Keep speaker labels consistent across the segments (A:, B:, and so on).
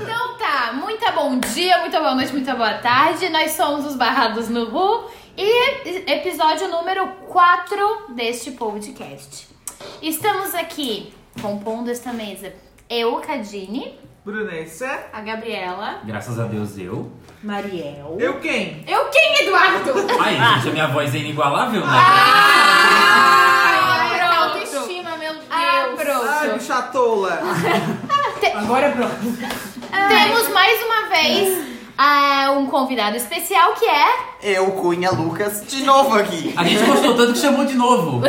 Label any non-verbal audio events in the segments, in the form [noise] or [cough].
A: Então tá, muito bom dia, muito boa noite, muito boa tarde. Nós somos os Barrados no Ru e episódio número 4 deste podcast. Estamos aqui compondo esta mesa. Eu, Cadine,
B: Brunessa.
A: a Gabriela.
C: Graças a Deus eu.
D: Mariel.
B: Eu quem?
A: Eu quem, Eduardo?
C: Ai, gente, a minha voz é inigualável, né?
A: [laughs] Ai,
B: pronto.
A: autoestima, meu Deus.
D: Ah,
B: Ai,
A: pronto.
B: bicha tola.
D: Agora pronto.
A: Temos mais uma vez ah, um convidado especial que é
E: Eu, Cunha Lucas, de novo aqui.
C: A gente gostou tanto que chamou de novo.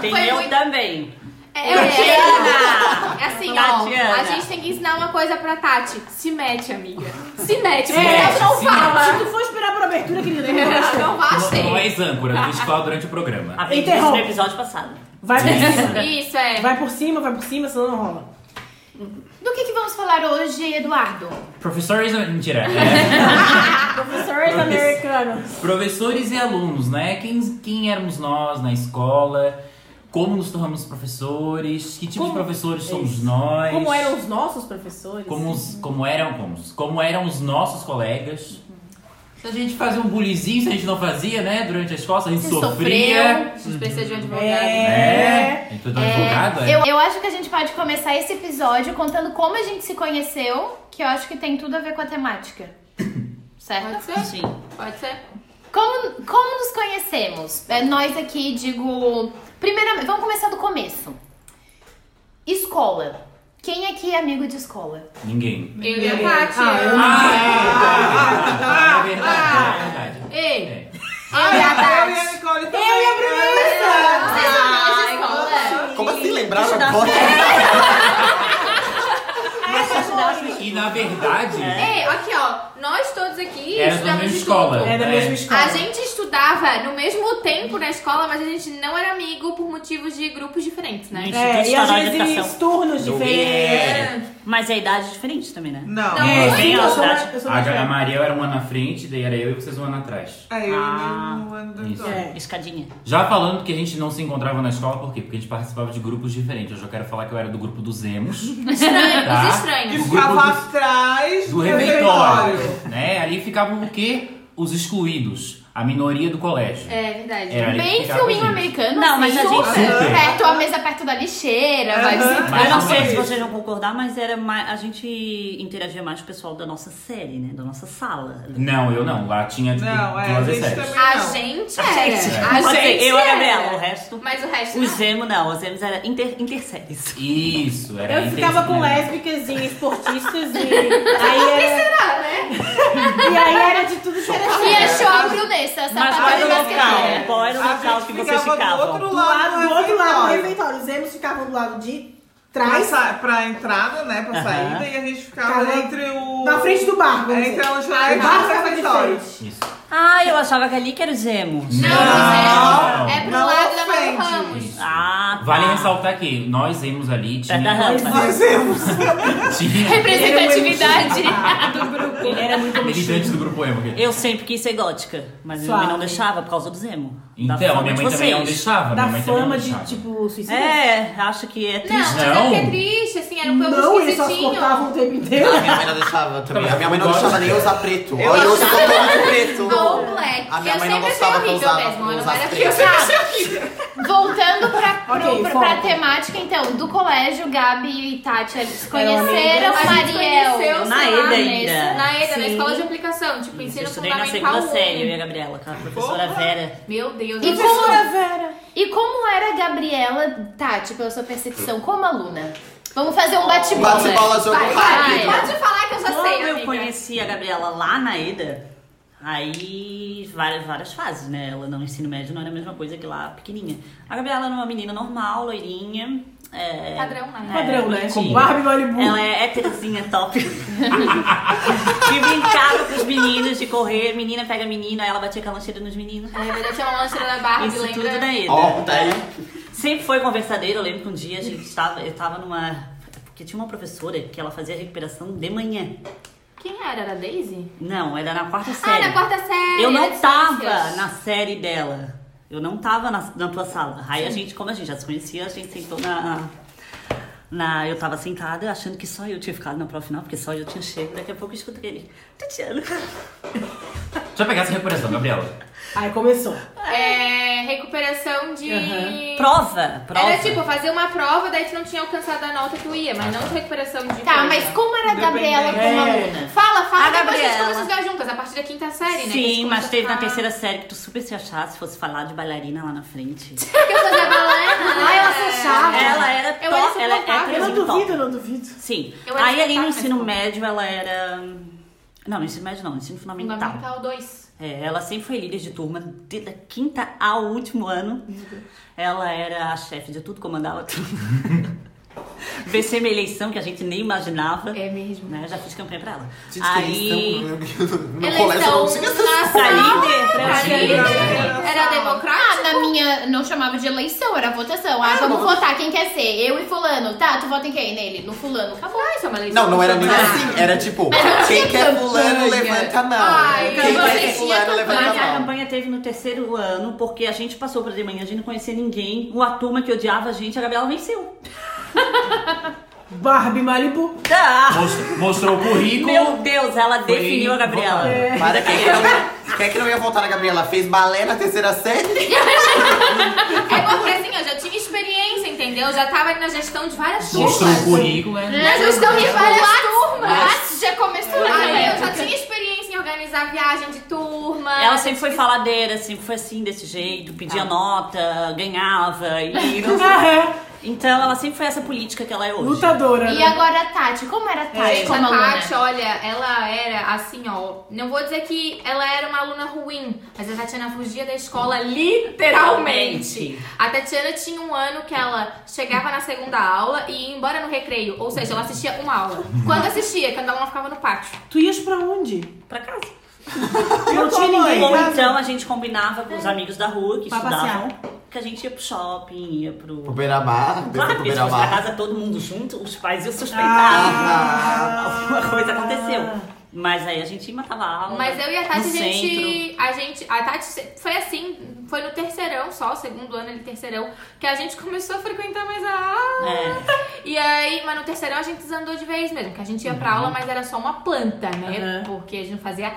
F: Tem
A: Foi
F: eu
A: muito-
F: também.
A: É,
F: Tatiana!
A: É assim, ó.
F: Tatiana.
A: A gente tem que ensinar uma coisa pra Tati. Se mete, amiga. Se mete, porque
C: mete,
A: ela não
C: se
A: fala.
D: Se tu for esperar por abertura, querida, tu não vai
A: Ela
D: gostar.
A: não
C: Não, não é
A: vai
C: ex-âncora, a gente fala durante o programa.
F: Aprendi isso no
D: Interrompe.
F: episódio passado.
D: vai por cima.
A: ser. Isso, é.
D: Vai por cima, vai por cima, senão não rola.
A: Do que, que vamos falar hoje, Eduardo?
C: Professores. Mentira. é.
D: Professores americanos.
C: professores e alunos, né? Quem, quem éramos nós na escola, como nos tornamos professores, que tipo
D: Como-
C: de professores somos
D: Isso.
C: nós.
D: Como eram os nossos professores.
C: É como, os- como eram como, os- como eram os nossos colegas. Se a gente fazia um bullyingzinho, se a gente não fazia, né? Durante a escola, se a gente
A: Vocês
C: sofria.
A: sofreram? Vocês precisam de um advogado.
D: É.
C: É. A gente foi
A: É,
C: advogado, é.
A: eu, eu acho que a gente pode começar esse episódio contando como a gente se conheceu, que eu acho que tem tudo a ver com a temática. Certo?
F: Sim.
A: Pode ser. Como, como nos conhecemos? É, nós aqui, digo. Primeiramente, vamos começar do começo. Escola. Quem aqui é amigo de escola?
C: Ninguém.
A: Eu
D: e a Tati. Ah, eu não-
C: Ah, é verdade, é verdade.
A: Ei!
C: É.
A: Eu e a
B: Eu e
A: Tati.
B: a Nicole também. Eu e a Brunessa.
A: Vocês são amigos de escola?
E: Como assim lembraram
F: Deixa eu
E: agora?
C: É. E na verdade,
G: É, aqui ó, nós todos aqui
C: era da
G: estudamos
C: mesma
G: junto.
C: escola.
D: É da
C: né?
D: mesma escola.
G: A gente estudava no mesmo tempo na escola, mas a gente não era amigo por motivos de grupos diferentes, né?
F: Isso.
D: É,
F: Instituto
D: e às
F: Estadual de
D: vezes
F: Educação.
D: turnos diferentes.
F: Mas é a idade é diferente também, né?
B: Não.
G: Não.
D: É,
F: Bem
D: sim, eu
F: a
D: sou, mais-
F: idade.
D: eu sou
C: A,
D: mais
C: a
D: velha.
C: Mariel era uma na frente, daí era eu e vocês um ano atrás.
B: Aí É eu
F: Ah,
B: e o ano do
C: isso.
B: Antônio.
D: É.
F: Escadinha.
C: Já falando que a gente não se encontrava na escola, por quê? Porque a gente participava de grupos diferentes. Eu já quero falar que eu era do grupo dos Emos.
A: [laughs]
G: Estranhos,
C: Tá.
B: Que
G: estranhos.
C: O grupo
B: ficava
C: do-
B: atrás
C: do refeitório. Né? Ali ficavam o quê? Os excluídos. A minoria do colégio.
G: É verdade.
C: Era ali que
A: Bem
C: ficava
A: filminho
C: a gente.
A: americano.
F: Não, mas
G: assim,
F: a gente-
A: Super.
C: Super.
A: Perto a mesa perto da lixeira, vai
B: Aham.
A: visitar.
C: Mas
F: eu não
C: não
F: sei
C: é
F: se
C: isso.
F: vocês vão concordar, mas era mais, a gente interagia mais com o pessoal da nossa série, né? Da nossa sala.
C: Não, eu não. Lá tinha tipo
B: Não, é, a
C: duas
B: gente
C: séries.
B: também
G: A
B: não.
G: gente
F: Gente,
G: era. A
A: Ah,
F: pode ser
G: gente
F: eu
A: é.
F: e a Gabriela, o
G: era.
F: resto.
G: Mas o resto
F: Os
G: não.
F: Zemo não, os Zemos era inter, interséries.
C: Isso, era
D: Eu ficava com
C: intenso, né?
D: lésbicas e esportistas e. Aí era,
G: Ah, né?
D: e aí era de tudo diferente.
A: E achou a Brunessa,
F: Mas qual
A: sapatada e
F: era o local?
A: basqueteira.
F: Qual era o
B: A
F: local
B: gente
F: que vocês
B: ficava do
F: ficavam?
B: outro
D: Do lado,
B: lado
D: do outro lado do
B: refeitório.
D: refeitório. Os emos ficavam do lado de
B: Pra,
D: trás,
B: sa- pra entrada, né? Pra
F: Aham.
B: saída. E a gente ficava
D: Ficava
B: entre o...
D: na frente do bar,
B: É,
D: vamos
B: entre
D: dizer.
B: a lanchonete
D: O
B: e
D: bar
B: o
D: ficava de
B: refeitório.
D: frente.
C: Isso.
F: Ah, eu achava que ali que era os Zemos.
C: Não.
G: Não, é pro
B: Não
G: lado da Malu
B: ofende.
G: Ramos.
F: Ah, tá.
C: Vale ressaltar que nós íamos ali,
F: É
C: tinha,
F: da rampa.
B: Nós temos.
C: [laughs] tinha
A: Representatividade do
F: Ele
A: grupo.
F: era muito mexido.
C: militantes do grupo emo. que-
F: Eu sempre quis ser gótica, mas minha
D: Suave.
F: mãe não deixava por causa do Zemo. Da
C: Então,
F: fama
C: minha
F: de
C: mãe também não
F: vocês.
C: deixava.
D: Da
C: minha mãe também não
D: fama de,
C: deixava.
D: tipo, suicídio.
F: É, acho que é
G: Não,
F: triste.
G: mas era
C: Não.
G: que é triste, assim, era um povo
D: Não, eles só
G: esquisitinho.
D: cortavam o tempo
E: [laughs]
D: inteiro. É
E: A minha mãe não deixava também. A minha mãe não
C: Gosto.
E: deixava nem eu usar preto. Olha, hoje eu tô todo preto.
G: Ou black.
E: A minha
G: eu
E: mãe não
G: sempre fui
E: gostava que eu
G: horrível
E: usava-
G: mesmo. Eu não
E: usava
G: era
E: preto. [laughs]
A: Voltando pra, pro-
D: Ok,
A: pra,
D: foco.
A: pra temática, então, do colégio, Gabi e Tati eles se conheceram,
D: amigas.
G: A gente
A: Mariel.
G: conheceu,
F: Na
G: sei lá, né?
F: EDA
G: nesse-
F: ainda.
G: Na EDA, na
D: Sim.
G: escola de aplicação, tipo,
F: Eu
G: ensino
F: estudei na
G: fundamental.
F: segunda
G: um.
F: série, eu e a Gabriela, com a professora Vera.
G: Meu Deus,
A: E
G: eu
A: como,
G: sou-
A: e como era a Gabriela, tá, Tati, pela sua percepção, como aluna? Vamos fazer um bate-bola.
E: Bate-bola, jogo
G: Vai,
E: rápido.
G: vai, pode falar que eu já
F: Quando
G: sei,
F: eu
G: amiga.
F: conheci a Gabriela lá na EDA, aí várias, várias fases, né? Ela no ensino médio não era a mesma coisa que lá pequenininha. A Gabriela era uma menina normal, loirinha. é,
G: Padrão, né?
F: é,
D: Padrão, né?
F: bonitinha.
D: Barbie Malibu.
F: Ela é héterozinha top. [laughs] que brincava com os meninos de correr, menina pega menina, aí ela batia com a lancheira nos meninos.
G: Na verdade, tinha uma lancheira da Barbie,
F: Isso
G: lembra?
F: tudo daí.
E: Ó, tá daí.
F: Sempre foi conversadeira, eu lembro que um dia a gente tava, eu tava numa. Porque tinha uma professora que ela fazia recuperação de manhã.
G: Quem era? Era a Daisy?
F: Não, era na quarta
G: Ah,
F: série.
G: na quarta série.
F: Eu
G: era
F: não
G: de
F: tava
G: ciências.
F: na série dela. Eu não tava na, na tua sala. Aí a gente, como a gente já se conhecia, a gente sentou na. na- Na, eu tava sentada achando que só eu tinha ficado na prova final, porque só eu tinha chego. Daqui a pouco eu escutei ele. Tatiana.
C: Deixa eu pegar essa recuperação, Gabriela.
D: Aí começou.
G: É, recuperação de.
D: Aham.
F: Prova, prova.
G: Era tipo, fazer uma prova, daí tu não tinha alcançado a nota que tu ia, mas não de recuperação de. Ah,
A: Tá,
G: coisa.
A: mas como era a Gabriela como
G: É.
D: Independente.
A: aluna? Fala, fala,
F: A
A: depois a gente
F: Gabriela.
G: vocês ganham juntas, a partir da quinta série, né? que a gente
F: Sim, mas
G: começa a
F: teve na
G: falar.
F: terceira série que tu super se achasse, fosse falar de bailarina lá na frente.
G: Porque eu sou
F: [laughs]
G: da balé.
A: Ah, ela se achava.
F: Ela era
G: Eu
F: top,
G: era
F: ela
G: suportável.
F: é
D: Eu não
F: top.
D: duvido, eu não duvido.
F: Sim.
G: Eu era
F: Aí ali no
G: suportável,
F: ensino
G: mas-
F: médio ela era. Não, no ensino médio não, no ensino fundamental.
A: Então,
G: Fundamental 2.
F: É, ela sempre foi líder de turma, desde a quinta ao último ano. Ela era a chefe de tudo, comandava tudo. [laughs] Venceu uma eleição que a gente nem imaginava.
G: É mesmo.
F: Né? Já fiz campanha pra ela.
E: Gente,
D: né?
F: Aí.
E: eles estão no- no no colégio, eu
G: Eleição
E: não consigo
G: nacional.
F: A líder, pra
G: A
F: ti.
G: líder era
A: Ah,
G: democrática.
A: na minha não chamava de eleição, era votação. Ah, vamos votar quem quer ser. Eu e fulano. Tá, tu vota em quem? Nele. No fulano. Acabou.
G: Ah, isso é uma eleição
E: Não, não era nem
G: nacional.
E: assim. Era tipo, quem quer fulano, levanta a mão.
G: Ai,
E: quem
G: você
E: quer
G: tinha
E: fulano, levanta
F: Mas a
E: a mão.
F: campanha teve no terceiro ano, porque a gente passou por de manhã, a gente não conhecia ninguém. Uma turma que odiava a gente, a Gabriela venceu.
D: Barbie Malibu.
F: Tá.
C: Most- Mostrou o currículo.
F: Meu Deus, ela
C: Foi
F: definiu a Gabriela. É.
C: votada.
E: Para, quem que não ia, quem que não ia voltar na Gabriela? Fez balé na terceira série?
G: É porque assim, eu já tinha experiência, entendeu? Eu já tava ali na gestão de várias turmas.
C: Mostrou
F: assim.
C: o currículo, né?
G: Na gestão de É, várias turmas.
A: Ah, já começou na
G: Aí eu
A: época.
G: já tinha experiência em organizar viagem de turma.
F: Ela sempre foi faladeira, sempre foi assim, desse jeito, pedia nota, ganhava e não sei.
D: Aham.
F: Então ela sempre foi essa política que ela é hoje.
D: Lutadora.
A: E
D: né?
A: agora a Tati? Como era a Tati
G: Gente, é né?
A: como
G: a
A: aluna?
G: Tati, olha, ela era assim, ó. Não vou dizer que ela era uma aluna ruim, mas a Tatiana fugia da escola literalmente. A Tatiana tinha um ano que ela chegava na segunda aula e ia embora no recreio. Ou seja, ela assistia uma [laughs] aula. Quando assistia, quando ela não ficava no pátio.
D: Tu ias pra onde?
F: Pra casa.
D: Não tinha ninguém em
F: Ou
D: casa.
F: então a gente combinava com os amigos da rua que
D: Pra
F: estudavam, que a gente ia pro shopping, ia
E: Pro
F: pro.
E: beira-mar, desceu
F: Claro,
E: pro
F: porque se fosse pra
E: beira-mar.
F: casa todo mundo junto, os pais iam suspeitar.
E: Ah.
F: Alguma coisa aconteceu. Mas aí a gente matava a aula.
G: Mas eu e a Tati,
F: no
G: a
F: centro.
G: gente, a gente. A Tati se- foi assim, foi no terceirão só, segundo ano ele terceirão, que a gente começou a frequentar mais a aula.
F: É.
G: E aí, mas no terceirão a gente desandou de vez mesmo, que a gente ia pra aula, mas era só uma planta, né? Porque a gente não fazia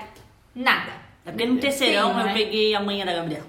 G: nada.
F: É porque no terceirão
G: Sim,
F: eu
G: né?
F: peguei a manha da Gabriela.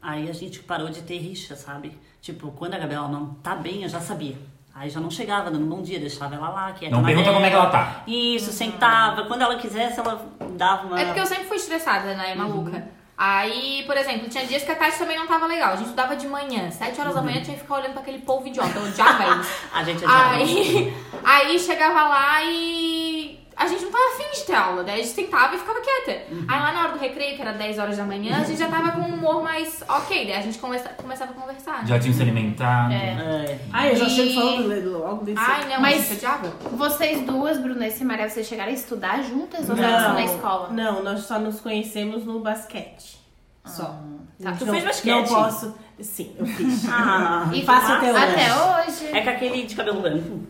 F: Aí a gente parou de ter rixa, sabe? Tipo, quando a Gabriela não tá bem, eu já sabia. Aí já não chegava dando bom dia, deixava ela lá, quieta
C: Não
F: na
C: pergunta
F: dela.
C: como é que ela tá.
F: Isso, sentava. Quando ela quisesse, ela dava uma...
G: É porque eu sempre fui estressada, né? Maluca. Aí, por exemplo, tinha dias que a Tati também não tava legal. A gente estudava de manhã, sete horas da manhã, tinha que ficar olhando pra aquele povo idiota. Eu odiava eles.
F: A gente adiava.
G: Aí, [laughs] aí chegava lá e a gente não tava afim de ter aula, daí a gente tentava e ficava quieta. Aí lá na hora do recreio, que era 10 horas da manhã, a gente já tava com um humor mais ok, daí a gente conversa- começava a conversar.
C: Já tinha se alimentado.
F: É.
D: Ai, Ah, eu já
A: E-
D: chego falando logo desse.
G: Ai, não,
A: Mas-
G: mas eu odiava.
A: Vocês duas, Bruna e Simaria, vocês chegaram a estudar juntas ou
D: Não,
A: elas na escola?
D: Não, nós só nos conhecemos no basquete. Só.
A: tá.
D: Não-
F: Tu fez basquete?
D: Não posso. Sim, eu fiz.
F: Ah,
D: E faço até hoje.
A: Até hoje.
F: É com aquele de cabelo branco.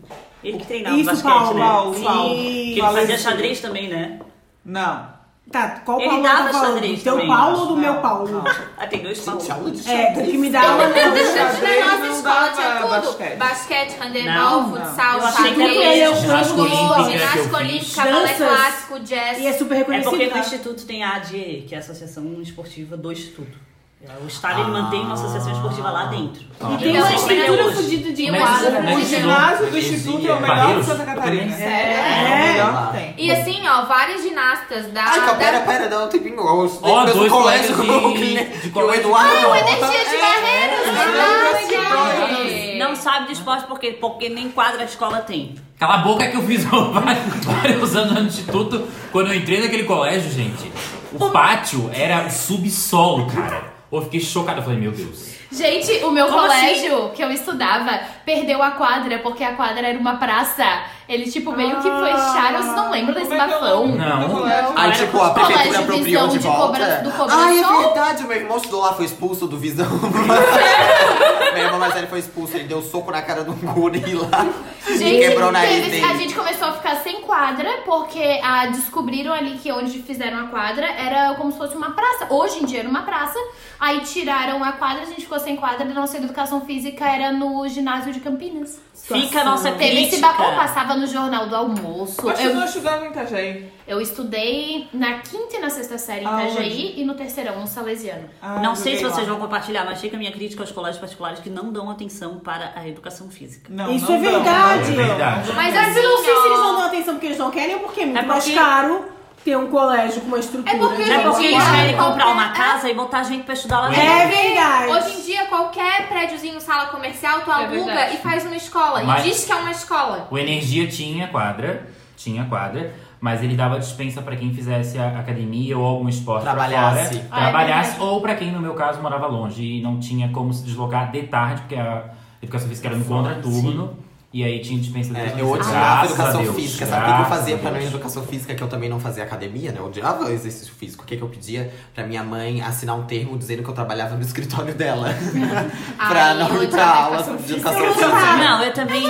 F: Ele que treinava
D: Isso,
F: basquete,
D: Paulo,
F: né?
D: Paulo,
F: Sim,
D: Paulo.
F: que ele
D: Paulo,
F: fazia
D: sim.
F: xadrez também, né?
B: Não.
D: Tá, qual
F: Ele
D: Paulo
F: dava
D: tá falando?
F: xadrez
D: Do teu
F: também,
D: Paulo
F: eu
D: ou do meu Paulo?
F: Ah, tem dois Paulo.
E: Gente, aula de
D: É, o que
E: xadrez.
D: me dá aula não.
B: xadrez
G: Na nossa
B: não
G: escola
B: dava
G: tinha tudo.
B: basquete.
G: Basquete, handebol,
F: Não,
B: não.
G: futsal,
F: Eu achei que
G: xadrez,
F: ele é o
C: Ginástica campo de olímpica esporte. que eu
G: ginástica
C: fiz.
G: olímpica, balé
D: Danças.
G: clássico,
D: E é
G: jazz.
D: super
F: É
D: reconhecido.
F: porque no
D: tá?
F: Instituto tem a ADE, que é a Associação Esportiva do Estudo. O Estado ele mantém uma associação esportiva lá dentro.
D: E tem uma
G: Então,
F: sempre é
D: estrutura
F: hoje.
D: fodida de
C: Como é que
D: quadra.
C: se- como é
B: O
C: que se chama?
B: ginásio do Instituto é o melhor de Santa Catarina.
D: Ah,
B: É o melhor que tem.
G: E assim, ó, várias ginastas
A: Ah,
G: da.
E: Ai, calma,
G: da-
E: pera,
A: é
E: pera, dá um tempinho. Eu estudei
C: Ó,
E: no mesmo
C: dois
E: colégio
C: colegas
E: com o
C: de-
E: Guilherme,
C: de
E: que o
C: colégio.
E: Eduardo.
A: Energia é de
D: Ah,
A: barreiras, verdade.
G: É.
F: Não sabe de esporte porque, porque nem quadra a escola tem.
C: Cala a boca que eu fiz [laughs] vários vários anos no instituto quando eu entrei naquele colégio, gente. O pátio era subsolo, cara. Eu fiquei chocado. Eu falei, meu Deus.
A: Gente, o meu
F: Como
A: colégio que eu estudava perdeu a quadra porque a quadra era uma praça. Eles, tipo, meio que fecharam. Vocês não lembram desse
B: Ah, Como é que é o
A: bafão?
B: nome do
C: Não.
B: colégio?
E: Aí,
F: Era
E: tipo, a
A: colégio
E: prefeitura
A: de
E: apropriou
A: visão
E: de
A: de
E: volta.
A: cobra- do cobra
E: Ai, é
A: sol.
E: verdade, meu irmão estudou lá, foi expulso do visão. [laughs] meu irmão mais velho foi expulso, ele deu um soco na cara do Guri lá. e
A: Gente,
E: quebrou o nariz
A: teve-
E: dele.
A: a gente começou a ficar sem quadra, porque ah, descobriram ali que onde fizeram a quadra era como se fosse uma praça. Hoje em dia era uma praça. Aí tiraram a quadra, a gente ficou sem quadra. Nossa educação física era no ginásio de Campinas.
F: Fica a nossa
A: Teve esse
F: crítica.
A: babão, passava no jornal do almoço.
B: Continua
A: Eu,
B: estudando em Itajaí.
A: eu estudei na quinta e na sexta série em
B: Aonde?
A: Itajaí e no terceirão, no Salesiano.
B: Ah,
F: Não sei
B: joguei
F: se
B: lá.
F: vocês vão compartilhar, mas fica a minha crítica aos colégios particulares que não dão atenção para a educação física.
B: Não,
D: Isso
B: não
D: é
B: dão.
D: verdade.
C: É verdade.
G: Mas
D: Mas
G: assim,
D: eu não sei se eles
G: ó,
D: não dão atenção porque eles não querem ou porque é muito
F: É
D: mais
F: porque-
D: caro ter um colégio com uma estrutura.
G: É porque
D: de
F: É porque eles
D: qualidade.
F: querem comprar uma
G: É.
F: casa e botar gente pra estudar lá
C: É.
F: dentro.
D: É verdade.
G: Hoje em dia, qualquer prédiozinho, sala comercial, tu aluga
B: é verdade.
G: e faz uma escola.
C: Mas-
G: E diz que é uma escola.
C: O Energia tinha quadra, tinha quadra, mas ele dava dispensa pra quem fizesse a academia ou algum esporte pra
E: Trabalhasse.
C: fora,
A: Ah, é
C: trabalhasse
A: verdade.
C: ou pra quem no meu caso morava longe e não tinha como se deslocar de tarde, porque a educação física era no contraturno. E aí tinha dispensa de
E: É,
C: educação
E: eu
C: física.
E: odiava a
C: Graças
E: educação
C: Deus,
E: física. Sabe o que que eu
C: graças
E: fazia pra
C: a
E: não ir
C: Deus.
E: na educação física, que eu também não fazia academia, né? Eu odiava exercício físico. O que, que eu pedia pra minha mãe assinar um termo dizendo que eu trabalhava no [laughs] escritório
G: [laughs]
E: dela. pra
G: Ai, eu
E: não ir pra
G: odiava
E: aula
G: educação
E: de
G: física.
E: educação
D: Eu
E: física.
D: odiava.
F: Não, eu também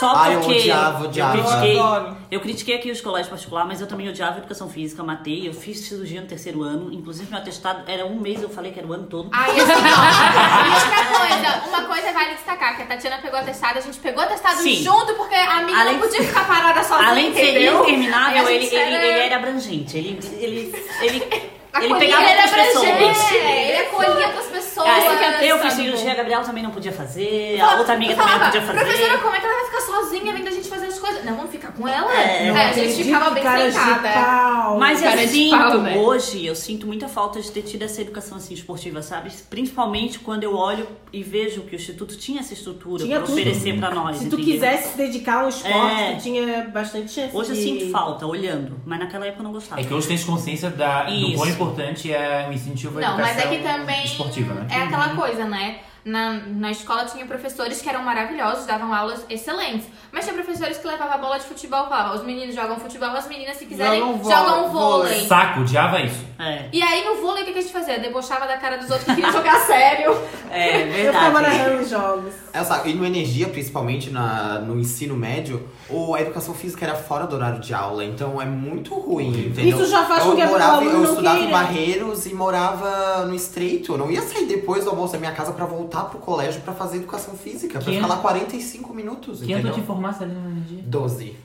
F: só
E: Ai, eu
F: porque
E: odiava, odiava.
F: eu critiquei.
B: Eu adoro.
F: Eu critiquei aqui os colégios particulares, mas eu também odiava a educação física, matei, eu fiz cirurgia no terceiro ano, inclusive meu atestado era um mês, eu falei que era o ano todo.
G: Aí, assim, ó, [laughs] e outra coisa, uma coisa vale destacar, que a Tatiana pegou atestado, a gente pegou atestado
F: Sim.
G: junto, porque a menina
F: Além-
G: não podia ficar parada sozinha,
F: Além de ser
G: entendeu?
F: interminável,
G: A
F: ele,
G: gente
F: ele,
G: era-
F: ele era abrangente. Ele, ele, ele,
G: [laughs] A
F: ele
G: colher
F: pegava
G: era
F: outras pessoas. Ah, É,
G: abrangente, é Ele acolhia outras pessoas.
F: Aí eu fiz
G: sabe?
F: cirurgia, a Gabriela também não podia fazer, a
G: Falava-
F: outra amiga
G: eu
F: também não
G: falava,
F: podia fazer.
G: [laughs] Professora, como é que ela vai ficar sozinha vendo a gente fazer as coisas? Não, vamos ficar com ela.
F: É,
G: É,
F: não
G: a gente ficava bem
D: cara
G: sentada.
D: De pau.
F: Mas
A: Cara
F: eu
A: de
F: sinto,
A: pau, né?
F: hoje, eu sinto muita falta de ter tido essa educação assim, esportiva, sabe? Principalmente quando eu olho e vejo que o Instituto tinha essa estrutura
D: Tinha
F: pra
D: tudo.
F: oferecer pra nós.
D: Se tu
F: entendeu?
D: quisesse se dedicar ao esporte,
F: É.
D: tu tinha bastante chance.
F: Hoje eu
D: de-
F: sinto falta, olhando, mas naquela época eu não gostava.
C: É que hoje tens consciência da, do
F: Isso.
C: quão importante é o incentivo à
G: Não, mas é
C: educação
G: que também
C: esportiva, né?
G: é aquela coisa, né? Na, na escola tinha professores que eram maravilhosos, davam aulas excelentes. Mas tinha professores que levavam a bola de futebol e falavam: os meninos jogam futebol, as meninas, se quiserem,
B: Jogam vó-
G: jogam vôlei.
C: Saco, odiava isso.
F: É,
G: E aí no vôlei o que que a gente fazia? Debochava da cara dos outros que queriam jogar [laughs] sério.
F: é
D: Eu ficava
F: verdade.
D: narrando os jogos.
E: É, sabe, e no Energia, principalmente na, no ensino médio, o, a educação física era fora do horário de aula, então é muito ruim, entendeu?
D: Isso já faz
E: eu
D: com que a- o
E: morava,
D: aluno
E: Eu
D: não
E: estudava em
D: queira.
E: Barreiros e morava no Estreito. Eu não ia sair depois do almoço da minha casa pra voltar pro colégio pra fazer educação física, pra
C: Que
E: ficar
C: ano?
E: lá 45 minutos,
C: Quem andou
E: entendeu?
C: te informasse ali no Energia?
E: 12.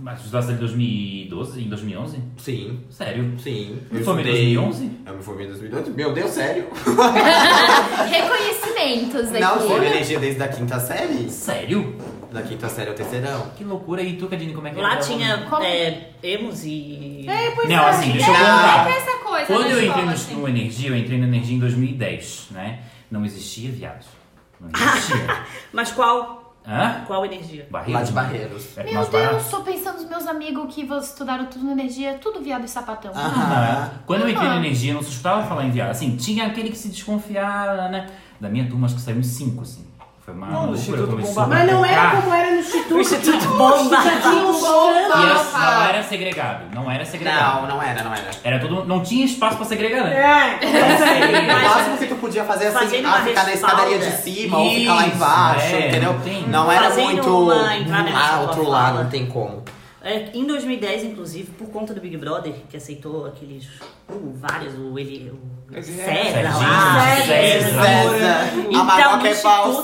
C: Mas tu estudasse ali em 2012, em 2011?
E: Sim,
C: Sério?
E: sim.
C: Tu formou em
E: estudei-
C: 2011?
E: Eu me formei em 2012? Meu Deus, sério?
A: Reconhecimentos aqui.
E: Não, eu sou energia desde a quinta série.
C: Sério?
E: Da quinta série ao terceirão.
C: Que loucura. E tu, Cadine, como é que
F: Lá
C: era?
F: tinha
A: Como?
F: é, emos e.
D: É.
C: Não, assim, deixa eu
G: Não,
C: contar.
G: é essa coisa
C: Quando
G: na
C: eu
G: escola,
C: entrei no,
G: assim.
C: no Energia, eu entrei no Energia em 2010, né? Não existia viado. Não existia.
F: Mas qual?
C: Hã?
F: Qual energia?
C: Barreiros?
E: Lá de Barreiros.
C: É
A: Meu
C: mais
A: Deus,
C: barato.
A: tô pensando nos meus amigos que estudaram tudo na energia, tudo viado e sapatão.
C: Ah,
E: Aham.
C: Quando eu entrei
A: Ah.
C: na energia, não se escutava falar em viado. Assim, tinha aquele que se desconfiava, né? Da minha turma, acho que saíram cinco, assim. Foi uma
B: Não, do
C: loucura.
B: Instituto
C: Começou a
B: Bomba.
D: Mas não
C: picar.
D: era como era no Instituto.
F: O Instituto Bomba.
D: Já tinha um
C: E
D: chão.
C: era- não
B: Ah,
C: era segregado. Não era segregado.
E: Não, não era, não era.
C: Era todo, não tinha espaço pra segregar, né?
D: É.
E: O
F: Mas-
E: máximo que tu podia fazer assim,
F: Fazendo
E: ah,
F: uma
E: ficar na escadaria de
F: respalda.
E: cima ou ficar lá
C: Isso,
E: embaixo,
C: é,
E: entendeu?
C: não tem-
E: Não era
F: Fazendo
E: muito
F: uma entrada nessa
E: ah, outro
F: tua
E: lado,
F: fala.
E: não tem como.
F: É, em 2010, inclusive, por conta do Big Brother, que aceitou aqueles. Uh, vários, o ele. O
C: é
B: Esse-
F: César lá.
C: Serginho, César.
E: César, a
F: Então,
E: Maroca
F: no
E: é
F: Instituto,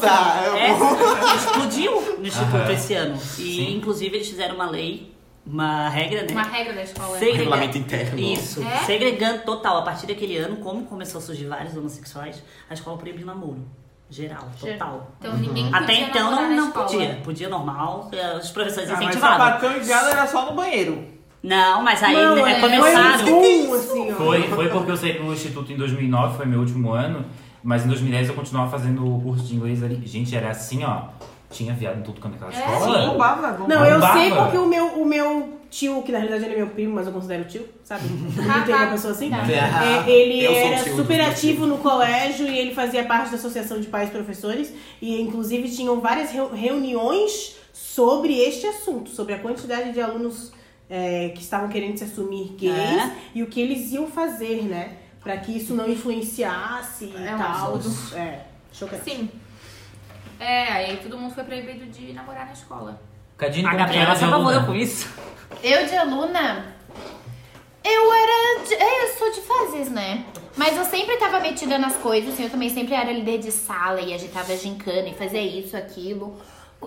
E: falsa. eu-
F: é, [laughs] explodiu no Instituto
C: Aham.
F: esse ano. E,
C: Sim.
F: inclusive, eles fizeram uma lei, uma regra, né?
G: Uma regra da escola.
F: Segregando-
E: Regulamento interno.
F: Isso.
G: É?
F: Segregando total. A partir daquele ano, como começou a surgir vários homossexuais, a escola proibiu o namoro. Geral, total.
G: Então ninguém
F: Até
G: podia
F: então
G: namorar
F: não,
G: na
F: não
G: escola.
F: podia. Podia normal, eh, os professores
B: Ah, mas
F: incentivavam.
B: sapatão e viado era só no banheiro.
F: Não, mas aí
D: Não,
F: né,
D: é,
F: começaram.
D: Foi um boom, assim, ó.
C: Foi, foi porque eu saí do instituto em 2009, foi meu último ano. Mas em 2010 eu continuava fazendo o curso de inglês ali. Gente, era assim, ó. Tinha viado em tudo quanto é aquela escola.
B: Bombava, bombava.
D: Não, eu
C: Bombava.
D: sei porque o meu, o meu tio, que na realidade ele é meu primo, mas eu considero tio, sabe? Não tem uma pessoa assim?
E: Ah,
D: É, ele
E: eu sou
D: era
E: tio dos
D: super
E: meus
D: ativo
E: tios.
D: no colégio e ele fazia parte da Associação de Pais Professores e inclusive tinham várias reu- reuniões sobre este assunto, sobre a quantidade de alunos é, que estavam querendo se assumir gays
F: É.
D: e o que eles iam fazer, né? Pra que isso não influenciasse e
G: É um
D: tal. É, chocante.
G: Sim. É, aí todo mundo foi proibido de namorar na escola.
C: Cadine,
F: A
C: como que era
F: Gabriela se
C: de aluna?
F: apavorou com isso.
A: Eu de aluna, eu era. De, é, eu sou de fases, né? Mas eu sempre tava metida nas coisas, assim, eu também sempre era líder de sala e agitava gincana e fazia isso, aquilo.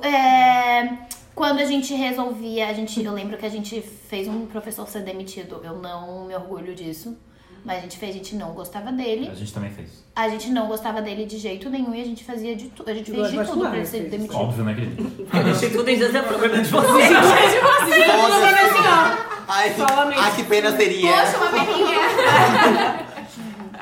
A: É, quando a gente resolvia, a gente, eu lembro que a gente fez um professor ser demitido. Eu não me orgulho disso. Mas a gente fez, a gente não gostava dele.
C: A gente também fez.
A: A gente não gostava dele de jeito nenhum e a gente fazia de tudo. A gente
D: Igual
A: fez de
D: as
A: tudo pra ele
D: particulares,
A: ser
D: fez.
A: demitido.
B: assim.
C: Óbvio, né, não acredito.
F: Tudo isso é problema de vocês.
E: tipo. assim, Ai,
D: Solamente.
E: ai, que pena seria.
G: Poxa, uma perninha.